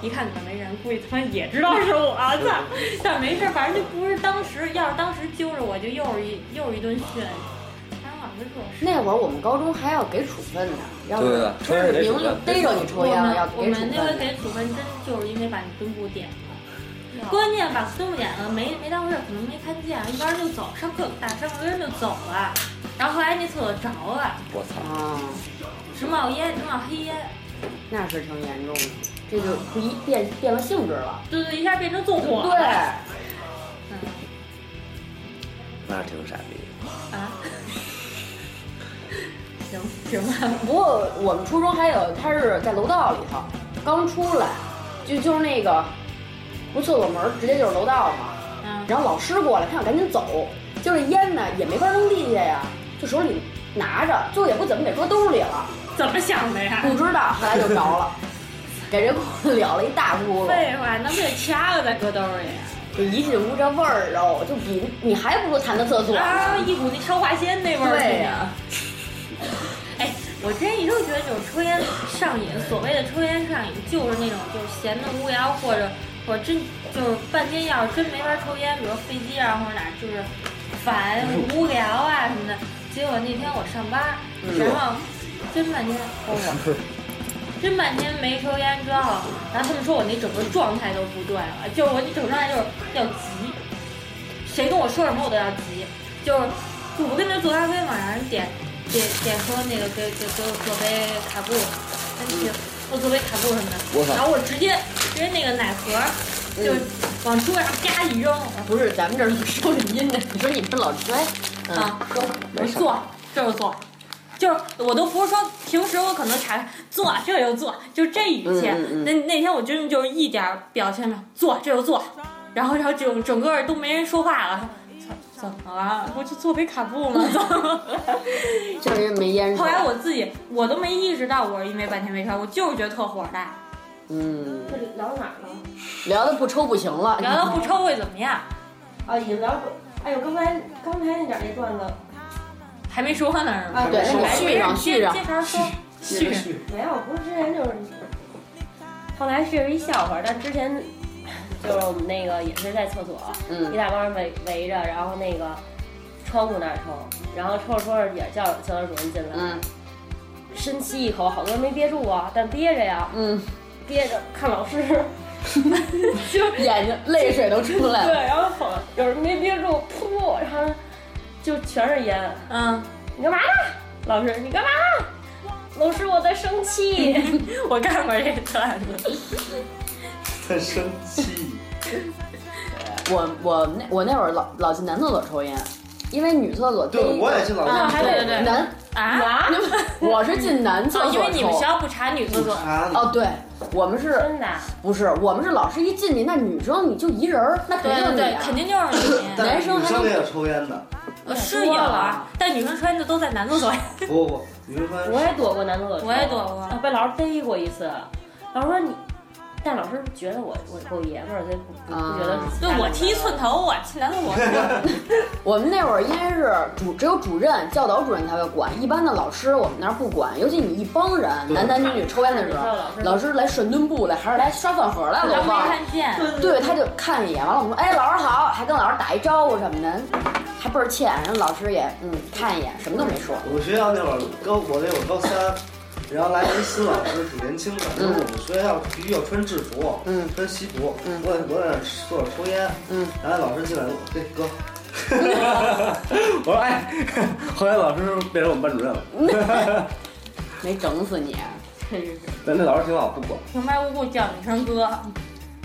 [SPEAKER 3] 一看里面没人，估计他妈也知道 是我，操！但没事儿，反正就不是当时，要是当时揪着我就又是一又是一顿训，然后老师说我是
[SPEAKER 1] 那会儿我们高中还要给处分呢，要
[SPEAKER 2] 对
[SPEAKER 1] 是
[SPEAKER 2] 啊
[SPEAKER 1] 要是明着逮着你
[SPEAKER 3] 我
[SPEAKER 1] 抽烟了，要
[SPEAKER 3] 们我
[SPEAKER 1] 给处
[SPEAKER 3] 们那回
[SPEAKER 1] 分的，
[SPEAKER 3] 给处分真就是因为把你墩布点了，关键把墩布点了没没当回事儿，可能没看见，一般人就走，上课打上课人就走了，然后后来那厕所着了。
[SPEAKER 2] 我操！
[SPEAKER 1] 啊，
[SPEAKER 3] 直冒烟，直冒黑烟，
[SPEAKER 1] 那是挺严重的，这就不一变变了性质了，
[SPEAKER 3] 对对，一下变成纵火
[SPEAKER 1] 对，
[SPEAKER 3] 了。
[SPEAKER 2] 那挺傻逼的。
[SPEAKER 3] 啊，行行吧，
[SPEAKER 1] 不过我们初中还有，他是在楼道里头，刚出来，就就是那个，不是厕所门儿直接就是楼道嘛。
[SPEAKER 3] 嗯，
[SPEAKER 1] 然后老师过来，他想赶紧走，就是烟呢也没法扔地下呀，就手里拿着，最后也不怎么给搁兜里了，
[SPEAKER 3] 怎么想的呀？
[SPEAKER 1] 不知道，后来就着了，给人了了一大窟窿，
[SPEAKER 3] 废话，那不得掐了再搁兜里？啊
[SPEAKER 1] 就一进屋这味儿哦，就比你还不如弹个厕所呢。
[SPEAKER 3] 啊，一股那烧化仙那味儿。
[SPEAKER 1] 对呀、
[SPEAKER 3] 哎，我之前一直觉得就是抽烟上瘾，所谓的抽烟上瘾就是那种就是闲的无聊或者或者真就是半天要是真没法抽烟，比如飞机啊或者哪儿就是烦
[SPEAKER 1] 嗯
[SPEAKER 3] 无聊啊什么的。结果那天我上班，然后真半天，哦、真半天没抽烟之后，然后他们说我那整个状态都不对了，就是我那整个状态就是要急，谁跟我说什么我都要急，就是就我跟他做咖啡嘛，让人点点点说那个给给给我做杯卡布，他就去
[SPEAKER 1] 嗯
[SPEAKER 3] 给我做杯卡布什么的
[SPEAKER 2] 我，操
[SPEAKER 3] 然后我直接直接那个奶盒就往桌上啪一扔，
[SPEAKER 1] 嗯不是咱们这儿收着音呢，你说你们老吃哎，嗯，
[SPEAKER 3] 啊，我坐，这就坐，就是我都不是说平时我可能查坐这就坐，就这语气。
[SPEAKER 1] 嗯嗯嗯
[SPEAKER 3] 那那天我真的就是一点儿表现没有，坐这就坐，然后然后整整个都没人说话了。怎么了？我就做杯卡布 嘛。怎么了
[SPEAKER 1] 就是因为没烟抽
[SPEAKER 3] 后。来我自己我都没意识到我是因为半天没抽，我就是觉得特火大。
[SPEAKER 1] 嗯，
[SPEAKER 5] 这聊到哪儿了？
[SPEAKER 1] 聊的不抽不行了，
[SPEAKER 3] 聊到不抽会怎么样？
[SPEAKER 5] 啊，已经聊过。哎呦，刚才刚才那点儿那段子
[SPEAKER 3] 还没说呢是吧？
[SPEAKER 5] 啊，
[SPEAKER 1] 对
[SPEAKER 5] 对，
[SPEAKER 1] 那你
[SPEAKER 5] 来
[SPEAKER 1] 续上嗯续上
[SPEAKER 3] 接茬说，续上
[SPEAKER 5] 没有，不是之前就是，后来是有一笑话，但之前 就是我们那个也是在厕所，
[SPEAKER 1] 嗯
[SPEAKER 5] 一大帮人围围着，然后那个窗户那儿抽，然后抽着抽着也叫教导主任进来，
[SPEAKER 1] 嗯
[SPEAKER 5] 深吸一口，好多人没憋住啊，但憋着 呀，
[SPEAKER 1] 嗯，
[SPEAKER 5] 憋着看老师，就
[SPEAKER 1] 眼睛泪水都出来
[SPEAKER 3] 嗯
[SPEAKER 5] 对，
[SPEAKER 1] 了。
[SPEAKER 5] 然后好有人没憋住，噗，然后就全是烟，
[SPEAKER 3] 嗯，
[SPEAKER 5] 你干嘛呢？老师，你干嘛呢？老师，我在生气。
[SPEAKER 3] 我干过这段子。
[SPEAKER 2] 在生气。
[SPEAKER 1] 我我那我那会儿老老进男厕所抽烟，因为女厕所
[SPEAKER 2] 对，
[SPEAKER 1] 第一
[SPEAKER 2] 我
[SPEAKER 1] 个
[SPEAKER 2] 也进老
[SPEAKER 5] 啊
[SPEAKER 2] 男
[SPEAKER 5] 还对对对
[SPEAKER 1] 男，
[SPEAKER 5] 啊，
[SPEAKER 1] 我是进男厕所
[SPEAKER 5] 哦，
[SPEAKER 1] 抽，
[SPEAKER 5] 因为你们学校不查女厕所，
[SPEAKER 2] 啊，
[SPEAKER 1] 哦，对，我们是
[SPEAKER 5] 真的啊，
[SPEAKER 1] 不是我们是老师一进去，那女生你就一人儿，那肯
[SPEAKER 3] 对
[SPEAKER 1] 定
[SPEAKER 3] 对
[SPEAKER 1] 是你
[SPEAKER 3] 对，
[SPEAKER 1] 啊
[SPEAKER 3] 肯定就是你。
[SPEAKER 2] 但
[SPEAKER 1] 男
[SPEAKER 2] 是
[SPEAKER 1] 生
[SPEAKER 2] 女
[SPEAKER 1] 还
[SPEAKER 2] 生
[SPEAKER 1] 能
[SPEAKER 2] 也有抽 烟的，
[SPEAKER 3] 呃是有啊，但女生穿的都在男厕所。
[SPEAKER 2] 不不不，女生穿
[SPEAKER 5] 我也躲过男厕所，
[SPEAKER 3] 我也躲过
[SPEAKER 5] 啊被老师逮过一次，老师说你。但老师觉得我我够爷们儿，所以不不不觉得是。
[SPEAKER 3] 啊 对我剃一寸，头，我去男厕 所。
[SPEAKER 1] 我们那会儿应该是主只有主任、教导主任才会管，一般的老师我们那儿不管。尤其你一帮人，男男女女抽烟的时候
[SPEAKER 5] 你知道老师，
[SPEAKER 1] 老师来涮墩布来，还是来刷饭盒来了，
[SPEAKER 3] 咱
[SPEAKER 1] 我
[SPEAKER 3] 没
[SPEAKER 1] 忘了。
[SPEAKER 3] 看见，
[SPEAKER 1] 对，他就看一眼，完了我们说，哎，老师好，还跟老师打一招呼什么的，还倍儿欠。然后老师也嗯看一眼，什么都没说。
[SPEAKER 2] 我们学校那会儿高，我那会儿高三，然后来一新老师，挺年轻的。就是我们学校必须要穿制服，
[SPEAKER 1] 嗯
[SPEAKER 2] 穿西服。
[SPEAKER 1] 嗯
[SPEAKER 2] 我我在那厕所抽烟，
[SPEAKER 1] 嗯，
[SPEAKER 2] 然后老师进来，对 哥，我说哎，后来老师变成我们班主任了，
[SPEAKER 1] 没整死你，
[SPEAKER 5] 真是
[SPEAKER 2] 但那老师挺好，不管。
[SPEAKER 3] 平白无故叫你声哥，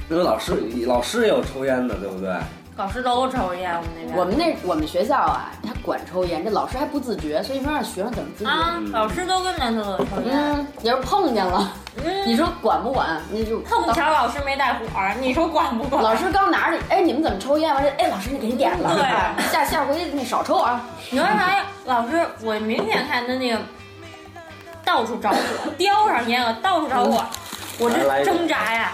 [SPEAKER 2] 那个老师，老师也有抽烟的，对不对？
[SPEAKER 3] 老师都抽烟，我们那边。
[SPEAKER 1] 我们那我们学校啊，他管抽烟，这老师还不自觉，所以说让学生怎么自觉？
[SPEAKER 3] 啊，老师都跟男厕所抽烟。
[SPEAKER 1] 嗯，你要是碰见了，
[SPEAKER 3] 嗯，
[SPEAKER 1] 你说管不管？那就
[SPEAKER 3] 碰巧老师没带火儿，你说管不管？
[SPEAKER 1] 老师刚拿着，哎，你们怎么抽烟？完了，哎，老师你给你点了，
[SPEAKER 3] 对
[SPEAKER 1] 下下回那少抽啊。
[SPEAKER 3] 你说啥呀？老师，我明显看他那个到处找火，叼上烟了，到处找火，
[SPEAKER 1] 嗯
[SPEAKER 3] 我这挣扎呀，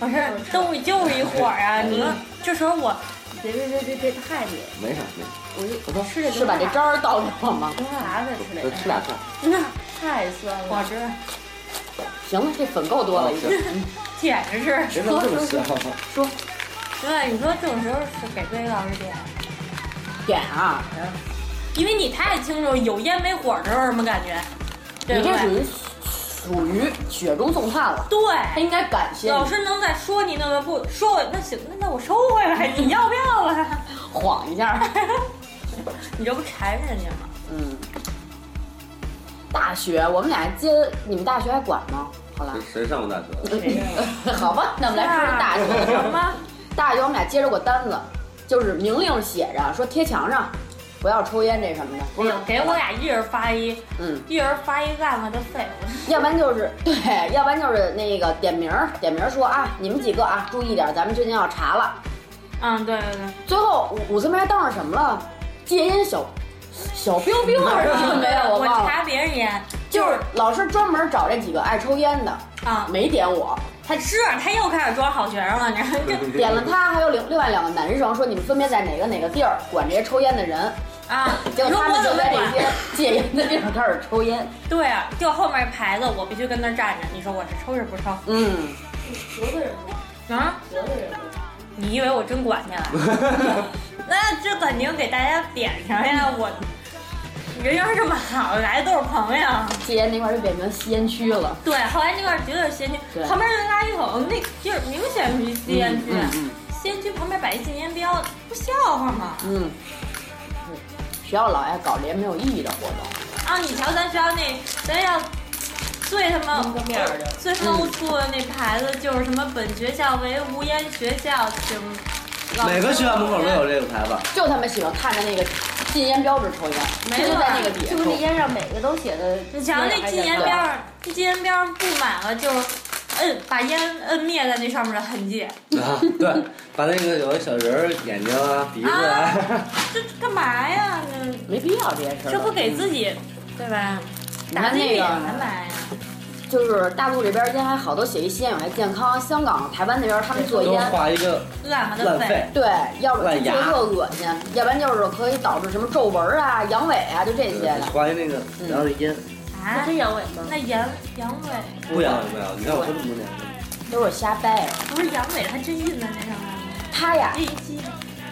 [SPEAKER 3] 我这兜里就是一火呀、你说这时候我
[SPEAKER 5] 别别别别别害你，
[SPEAKER 2] 没啥，
[SPEAKER 5] 我就吃这
[SPEAKER 1] 是把这渣儿倒给我吗？
[SPEAKER 5] 中华再吃
[SPEAKER 2] 没事，
[SPEAKER 5] 这
[SPEAKER 2] 就
[SPEAKER 5] 个
[SPEAKER 2] 吃俩菜。
[SPEAKER 5] 太酸了。
[SPEAKER 3] 我这
[SPEAKER 1] 行了，这粉够多了，已经。
[SPEAKER 3] 简直是，
[SPEAKER 2] 谁能这么香？
[SPEAKER 3] 对，你说这种时候是给对老师点，
[SPEAKER 1] 点啊，
[SPEAKER 3] 因为你太清楚有烟没火的时候什么感觉，对
[SPEAKER 1] 你
[SPEAKER 3] 不
[SPEAKER 1] 这属
[SPEAKER 3] 对？
[SPEAKER 1] 于属于雪中送炭了，他
[SPEAKER 3] 对，
[SPEAKER 1] 应该感谢
[SPEAKER 3] 老
[SPEAKER 1] 你，
[SPEAKER 3] 师能再说你那么不说我那行，那那我收回来，你要不要啊？
[SPEAKER 1] 晃一下。
[SPEAKER 3] 你这不缠人家 吗？
[SPEAKER 1] 嗯，大学我们俩接，你们大学还管吗？好了，
[SPEAKER 2] 谁上过大学？
[SPEAKER 1] 好吧，那我们来说说大学 的事
[SPEAKER 3] 什
[SPEAKER 1] 儿。
[SPEAKER 3] 么？
[SPEAKER 1] 大学我们俩接着过单子，就是明令写着说贴墙上，不要抽烟这什么的。
[SPEAKER 3] 哎呦，给我俩一人发一，
[SPEAKER 1] 嗯，
[SPEAKER 3] 一人发一烂了的废物。
[SPEAKER 1] 要不然就是对，要不然就是那个点名儿，点名儿说啊，你们几个啊，注意点儿，咱们最近要查了。
[SPEAKER 3] 嗯，对对对，
[SPEAKER 1] 最后武武森梅还当上什么了？戒烟小小兵兵还是 什么呀？
[SPEAKER 3] 我
[SPEAKER 1] 忘了。
[SPEAKER 3] 查别人烟，
[SPEAKER 1] 就是老师专门找这几个爱抽烟的，
[SPEAKER 3] 啊，
[SPEAKER 1] 没点我，
[SPEAKER 3] 他是他又开始装好学生了，你看这
[SPEAKER 2] 嗯
[SPEAKER 1] 点了他，还有另另外两个男生，说你们分别在哪个哪个地儿管这些抽烟的人。
[SPEAKER 3] 啊，
[SPEAKER 1] 结
[SPEAKER 3] 你
[SPEAKER 1] 果
[SPEAKER 3] 说
[SPEAKER 1] 他
[SPEAKER 3] 我
[SPEAKER 1] 们
[SPEAKER 3] 怎
[SPEAKER 1] 就
[SPEAKER 3] 么
[SPEAKER 1] 在这
[SPEAKER 3] 管？
[SPEAKER 1] 些戒烟的地方开始抽烟。
[SPEAKER 3] 对啊，就后面牌子，我必须跟那儿站着。你说我这抽是不抽？
[SPEAKER 1] 嗯，
[SPEAKER 3] 啊，你以为我真管去 了？那这肯定给大家点上呀！我人缘这么好，来的都是朋友。
[SPEAKER 1] 戒烟那块儿就变成吸烟区了。
[SPEAKER 3] 对，后来那块儿绝对是先驱
[SPEAKER 1] 对，
[SPEAKER 3] 旁边那垃圾桶那地儿明显是吸烟区，
[SPEAKER 1] 嗯嗯
[SPEAKER 3] 吸烟区旁边摆一禁烟标，不笑话吗？
[SPEAKER 1] 嗯，学校老爱搞这些没有意义的活动。
[SPEAKER 3] 啊，你瞧咱学校那，咱要最他妈最他妈龌龊的那牌子就是什么本学校为无烟学校，请老
[SPEAKER 2] 每个学校门口都有这个牌子。
[SPEAKER 1] 就他们喜欢看着那个禁烟标志抽烟，
[SPEAKER 3] 没
[SPEAKER 1] 这就
[SPEAKER 3] 错
[SPEAKER 1] 在那个底下
[SPEAKER 5] 就是那
[SPEAKER 1] 抽。
[SPEAKER 5] 烟上每个都写的，
[SPEAKER 3] 你瞧那禁烟标上，那禁烟标上布满了就摁把烟摁灭在那上面的痕迹，
[SPEAKER 2] 啊，对，把那个有的小人儿眼睛啊、鼻子啊，
[SPEAKER 3] 这干嘛呀？
[SPEAKER 1] 没必要这些事
[SPEAKER 3] 这
[SPEAKER 1] 儿。
[SPEAKER 3] 这不给自己对吧？
[SPEAKER 1] 你
[SPEAKER 3] 打
[SPEAKER 1] 看
[SPEAKER 3] 自己
[SPEAKER 1] 那
[SPEAKER 3] 脸
[SPEAKER 1] 个
[SPEAKER 3] 干，嘛呀？
[SPEAKER 1] 就是大陆这边儿烟还好多写一吸烟有害健康，香港、台湾那边儿他们做
[SPEAKER 2] 都
[SPEAKER 1] 烟，
[SPEAKER 2] 画一个
[SPEAKER 3] 烂嘛的
[SPEAKER 2] 烂
[SPEAKER 3] 肺。
[SPEAKER 2] 肺。
[SPEAKER 1] 对，要不然
[SPEAKER 2] 烂
[SPEAKER 1] 就
[SPEAKER 2] 牙
[SPEAKER 1] 特恶心，要不然就是可以导致什么皱纹儿啊、阳痿啊，就这些嗯的。
[SPEAKER 2] 画一那个，然后那烟
[SPEAKER 3] 啊，
[SPEAKER 5] 真阳痿吗？
[SPEAKER 3] 那阳阳痿
[SPEAKER 1] 嗯
[SPEAKER 2] 不养没有？你看我这么多年，
[SPEAKER 1] 都是瞎掰的。
[SPEAKER 3] 不是阳痿，还真印在那上面了。
[SPEAKER 1] 他呀
[SPEAKER 3] 这，一激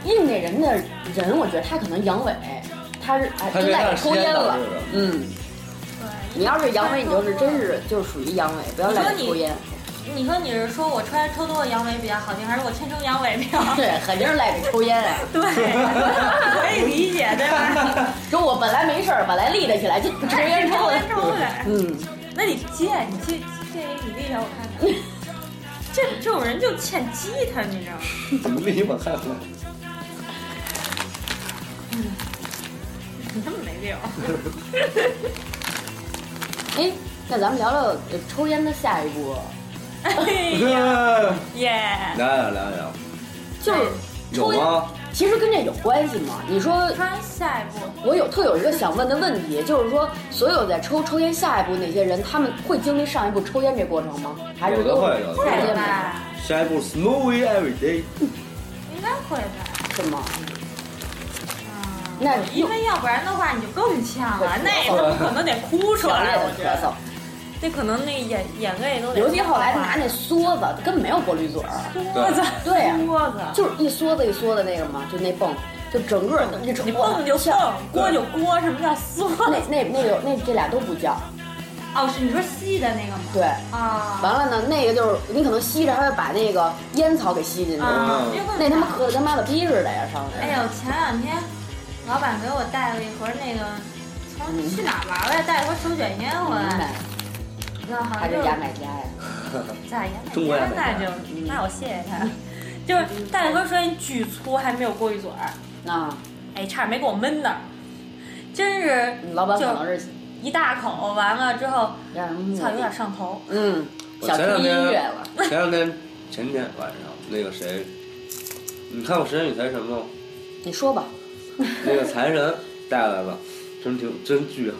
[SPEAKER 1] 印那人的人，我觉得他可能阳痿，他是哎真在抽烟了。嗯，你要是阳痿，你就是真是就是属于阳痿，不要赖着抽烟。
[SPEAKER 3] 对，你说你是说我穿抽多了阳痿比较好听，还是我天生阳痿比较好？
[SPEAKER 1] 对，肯定是赖着抽烟啊。
[SPEAKER 3] 对，可以理解，对 吧？
[SPEAKER 1] 说我本来没事儿，本来立得起来就抽烟抽
[SPEAKER 3] 哎抽
[SPEAKER 1] 的
[SPEAKER 3] 烟。抽的，
[SPEAKER 1] 嗯，
[SPEAKER 3] 那你借，你借借给你弟下我看看。 这这种人就欠鸡他，你知道吗？
[SPEAKER 2] 怎么比我还火？
[SPEAKER 3] 他们没 病。
[SPEAKER 1] 哎，那咱们聊聊呃抽烟的下一步，哎
[SPEAKER 3] 哎耶，
[SPEAKER 2] 聊聊聊聊，
[SPEAKER 1] 就是
[SPEAKER 2] 有吗？
[SPEAKER 1] 其实跟这有关系吗？你说
[SPEAKER 3] 突然下一步，
[SPEAKER 1] 我有特有一个想问的问题，就是说，所有在抽抽烟下一步那些人，他们会经历上一步抽烟这过程吗？还是
[SPEAKER 2] 有的
[SPEAKER 1] 都
[SPEAKER 2] 会有的会
[SPEAKER 1] 直接
[SPEAKER 3] 会
[SPEAKER 1] 没有
[SPEAKER 3] 吧？
[SPEAKER 2] 下一步 smoothie every day，
[SPEAKER 3] 应该会吧？
[SPEAKER 1] 是吗？
[SPEAKER 3] 嗯，
[SPEAKER 1] 那
[SPEAKER 3] 因为要不然的话你就更呛了，
[SPEAKER 1] 对
[SPEAKER 3] 那他们可能得哭出
[SPEAKER 1] 强烈
[SPEAKER 3] 来，
[SPEAKER 1] 的
[SPEAKER 3] 我觉
[SPEAKER 1] 咳
[SPEAKER 3] 得
[SPEAKER 1] 嗽，
[SPEAKER 3] 这可能那眼眼泪都得。
[SPEAKER 1] 尤其后来拿那梭子，根本没有过滤嘴儿，
[SPEAKER 3] 桌子，
[SPEAKER 1] 对呀
[SPEAKER 3] 桌子。
[SPEAKER 1] 就是一梭子一梭子那个嘛，就那泵，就整个一整
[SPEAKER 3] 你蹦就蹦，锅就锅，什么叫缩？
[SPEAKER 1] 那那那个那这俩都不叫，
[SPEAKER 3] 哦，是你说吸的那个吗？
[SPEAKER 1] 对。
[SPEAKER 3] 啊，
[SPEAKER 1] 完了呢，那个就是你可能吸着，还会把那个烟草给吸进去，
[SPEAKER 3] 啊，
[SPEAKER 2] 嗯
[SPEAKER 3] 这更
[SPEAKER 1] 哦那他妈
[SPEAKER 3] 惨
[SPEAKER 1] 咳的跟妈的逼似的呀，上
[SPEAKER 3] 哎
[SPEAKER 1] 来。
[SPEAKER 3] 呦，前两天老板给我带了一盒那个，
[SPEAKER 2] 嗯
[SPEAKER 3] 从去哪儿玩儿来？带了一盒手卷烟回
[SPEAKER 1] 明白
[SPEAKER 3] 来，，那好
[SPEAKER 1] 嗯他
[SPEAKER 3] 像
[SPEAKER 1] 这
[SPEAKER 3] 就是
[SPEAKER 1] 牙买家呀，
[SPEAKER 3] 咋呀？
[SPEAKER 2] 中国人
[SPEAKER 3] 那就
[SPEAKER 2] 嗯
[SPEAKER 3] 那我谢谢他，就是带了一盒手卷烟巨粗，还没有过一嘴儿，
[SPEAKER 1] 那
[SPEAKER 3] 哎，差点没给我闷那儿，真是
[SPEAKER 1] 你嗯老板可能是
[SPEAKER 3] 一大口，完了之后，
[SPEAKER 1] 让人目
[SPEAKER 3] 操，有点上头。
[SPEAKER 1] 嗯，
[SPEAKER 2] 我
[SPEAKER 1] 小
[SPEAKER 2] 前两
[SPEAKER 1] 听音乐
[SPEAKER 2] 天
[SPEAKER 1] 了，
[SPEAKER 2] 前两天前天晚上那个谁，你看过《神神与财神》吗？
[SPEAKER 1] 你说吧，
[SPEAKER 2] 那个财神带来了，真挺真巨好。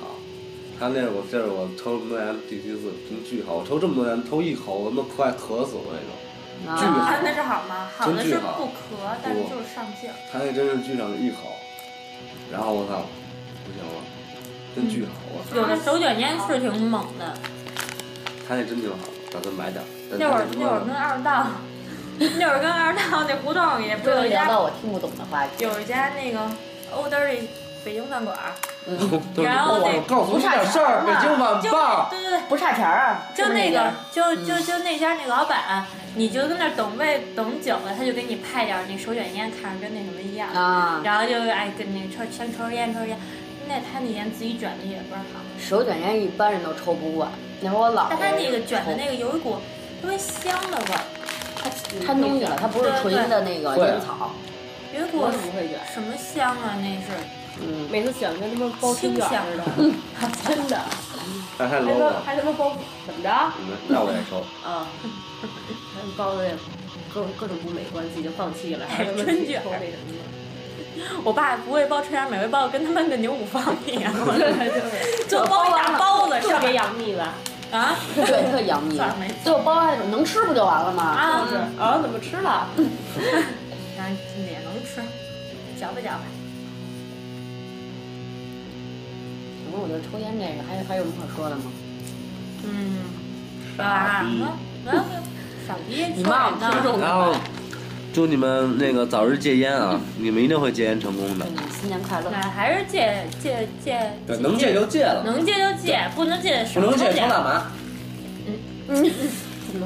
[SPEAKER 2] 他那是我这是我抽这么多年第一次，真巨好。我抽这么多年，抽一口我他妈快渴死我那种。巨
[SPEAKER 1] 啊，
[SPEAKER 3] 啊
[SPEAKER 2] 好，
[SPEAKER 3] 那是好吗？好的
[SPEAKER 2] 嗯真巨
[SPEAKER 3] 是
[SPEAKER 2] 好
[SPEAKER 3] 不咳，但是就是上劲儿。
[SPEAKER 2] 他那真是巨上一口，然后我操，不行了，真巨好。我操，
[SPEAKER 3] 有的手卷烟是挺猛的，
[SPEAKER 2] 他那真挺好，打算买点儿。但
[SPEAKER 3] 那会儿
[SPEAKER 2] 他
[SPEAKER 3] 那会儿跟二道，那会儿跟二道那胡同也不
[SPEAKER 1] 终
[SPEAKER 3] 有
[SPEAKER 1] 于
[SPEAKER 3] 一
[SPEAKER 1] 聊
[SPEAKER 3] 家
[SPEAKER 1] 到我听不懂的话题，
[SPEAKER 3] 有一家那个 old dirty 北京饭馆儿，
[SPEAKER 1] 嗯，
[SPEAKER 2] 都是
[SPEAKER 3] 然后那
[SPEAKER 2] 我告诉你点事儿，北京晚
[SPEAKER 3] 就
[SPEAKER 2] 报。
[SPEAKER 3] 对对对。
[SPEAKER 1] 啊不差钱儿啊，
[SPEAKER 3] 就是那
[SPEAKER 1] 家嗯
[SPEAKER 3] 个，就就就那家那老板，你就跟那儿等位等久了，他就给你派点儿那手卷烟，看着跟那什么一样，
[SPEAKER 1] 啊，
[SPEAKER 3] 然后就哎跟你抽先抽根烟抽根烟，那他那烟自己卷的也倍儿好，
[SPEAKER 1] 手卷烟一般人都抽不惯，那会儿我姥
[SPEAKER 3] 但他那个卷的
[SPEAKER 1] 个
[SPEAKER 3] 那个有一股特别香的味儿，
[SPEAKER 1] 掺东西了，它不是纯的那个
[SPEAKER 2] 对对
[SPEAKER 1] 烟草，
[SPEAKER 3] 有一股
[SPEAKER 5] 我是不会卷，
[SPEAKER 3] 什么香啊？那是
[SPEAKER 1] 嗯，
[SPEAKER 5] 每次卷跟他妈包春卷似的， 真的，
[SPEAKER 2] 还还
[SPEAKER 5] 还
[SPEAKER 2] 搂
[SPEAKER 5] 他妈
[SPEAKER 2] 我，
[SPEAKER 5] 还他妈包怎么着？
[SPEAKER 2] 你们那我也抽。
[SPEAKER 5] 啊，包的各各种不美观，自己就放弃了，还他妈
[SPEAKER 3] 春
[SPEAKER 5] 自己
[SPEAKER 3] 哎卷
[SPEAKER 5] 抽那什么的。
[SPEAKER 3] 我爸不会包春芽，每回包跟他妈的牛五方一样，
[SPEAKER 5] 对，
[SPEAKER 3] 就包一大包子
[SPEAKER 5] 特
[SPEAKER 3] 上
[SPEAKER 5] 别
[SPEAKER 3] 面
[SPEAKER 5] 洋腻吧？
[SPEAKER 3] 啊，
[SPEAKER 1] 对，特洋溢
[SPEAKER 3] 算了没事，
[SPEAKER 1] 最后包下来能吃不就完了吗？
[SPEAKER 3] 啊
[SPEAKER 5] 就是，啊，怎么吃了？
[SPEAKER 3] 然后也能吃，嚼吧嚼吧。
[SPEAKER 1] 反正我觉得抽烟这个还有还有什么可说的吗？
[SPEAKER 3] 嗯，干嘛？嗯，傻逼，
[SPEAKER 1] 你骂我们听众
[SPEAKER 2] 然后祝你们那个早日戒烟啊！你们一定会戒烟成功的
[SPEAKER 3] 嗯
[SPEAKER 1] 祝。你新年快乐！
[SPEAKER 3] 那还是戒戒戒，
[SPEAKER 2] 对，能戒就戒了，
[SPEAKER 3] 能戒就戒，不能戒
[SPEAKER 2] 不
[SPEAKER 3] 少
[SPEAKER 2] 能
[SPEAKER 3] 抽
[SPEAKER 2] 戒抽
[SPEAKER 3] 点。
[SPEAKER 2] 大麻。
[SPEAKER 1] 怎么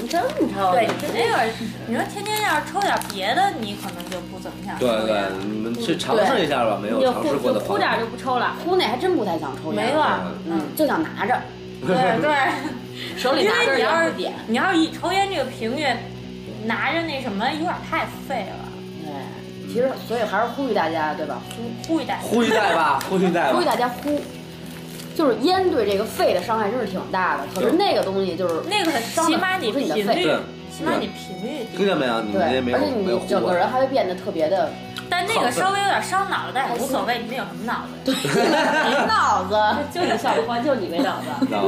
[SPEAKER 1] 能这么着
[SPEAKER 3] 对，那会儿你说天天要是抽点别的，你可能就不怎么想抽
[SPEAKER 2] 对
[SPEAKER 3] 烟了。
[SPEAKER 2] 对，你们去尝试一下吧，没有
[SPEAKER 5] 就
[SPEAKER 2] 尝试
[SPEAKER 5] 呼
[SPEAKER 2] 过
[SPEAKER 5] 就
[SPEAKER 2] 的
[SPEAKER 5] 呼
[SPEAKER 2] 朋
[SPEAKER 5] 点儿
[SPEAKER 2] 友。
[SPEAKER 5] 就不抽了。
[SPEAKER 1] 姑奶还真不太想抽烟，
[SPEAKER 3] 没有啊
[SPEAKER 1] 嗯，就想拿着，
[SPEAKER 3] 对对。
[SPEAKER 1] 手里
[SPEAKER 3] 因
[SPEAKER 1] 拿
[SPEAKER 3] 为
[SPEAKER 1] 着
[SPEAKER 3] 你要
[SPEAKER 1] 也
[SPEAKER 3] 是
[SPEAKER 1] 不点。
[SPEAKER 3] 你要是以抽烟这个频率，拿着那什么有点太废了。
[SPEAKER 1] 对，其实所以还是呼吁大家，对吧？
[SPEAKER 3] 呼一代，
[SPEAKER 2] 呼一袋吧，呼一袋
[SPEAKER 1] 呼吁
[SPEAKER 2] 吧。
[SPEAKER 1] 大家呼，就是烟对这个肺的伤害真是挺大的。可是
[SPEAKER 2] 对
[SPEAKER 1] 那个东西就是
[SPEAKER 3] 那个
[SPEAKER 1] 伤
[SPEAKER 3] 起
[SPEAKER 1] 的
[SPEAKER 3] 码你
[SPEAKER 1] 不是
[SPEAKER 3] 频
[SPEAKER 1] 你的
[SPEAKER 3] 率
[SPEAKER 1] 肺，
[SPEAKER 2] 对，
[SPEAKER 3] 起码你频率低，
[SPEAKER 2] 听见没有？你们这
[SPEAKER 1] 对
[SPEAKER 2] 没，有
[SPEAKER 1] 而且
[SPEAKER 2] 没有
[SPEAKER 1] 你
[SPEAKER 2] 呼
[SPEAKER 1] 整个
[SPEAKER 2] 过。
[SPEAKER 1] 人还会变得特别 的
[SPEAKER 3] 但那个稍微有点伤脑袋无所谓，你们有什么脑子？
[SPEAKER 1] 没脑子。
[SPEAKER 5] 就你小光，就你没脑子。
[SPEAKER 2] 那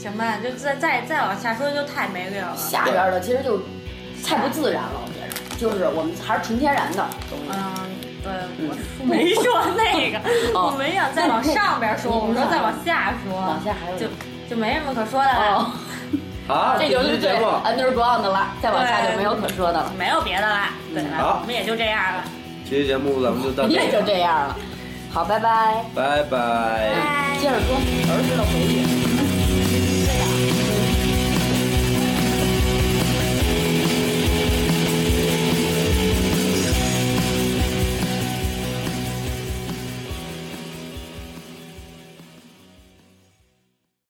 [SPEAKER 3] 行吧，就再再再往下说就太没溜了。
[SPEAKER 1] 下边的其实就太不自然了，我觉得，就是我们还是纯天然的东西。
[SPEAKER 3] 嗯，对，我没说那个，我没想再往上边说，我说再往下说
[SPEAKER 1] 往，下还有
[SPEAKER 3] 就就没什么可说的了，
[SPEAKER 1] 哦，
[SPEAKER 2] 好，
[SPEAKER 1] 这就是
[SPEAKER 2] 节
[SPEAKER 1] 对
[SPEAKER 2] 目。
[SPEAKER 1] underground 的了，再往下就没有可说的了。
[SPEAKER 3] 没有别的了，对吧？
[SPEAKER 2] 好
[SPEAKER 3] 我们也就这样了，
[SPEAKER 2] 这期节目咱们就到这
[SPEAKER 1] 也就
[SPEAKER 2] 里，
[SPEAKER 1] 这样了。好，拜拜。
[SPEAKER 2] 拜拜。
[SPEAKER 3] 拜。
[SPEAKER 1] 接着说儿时的回忆。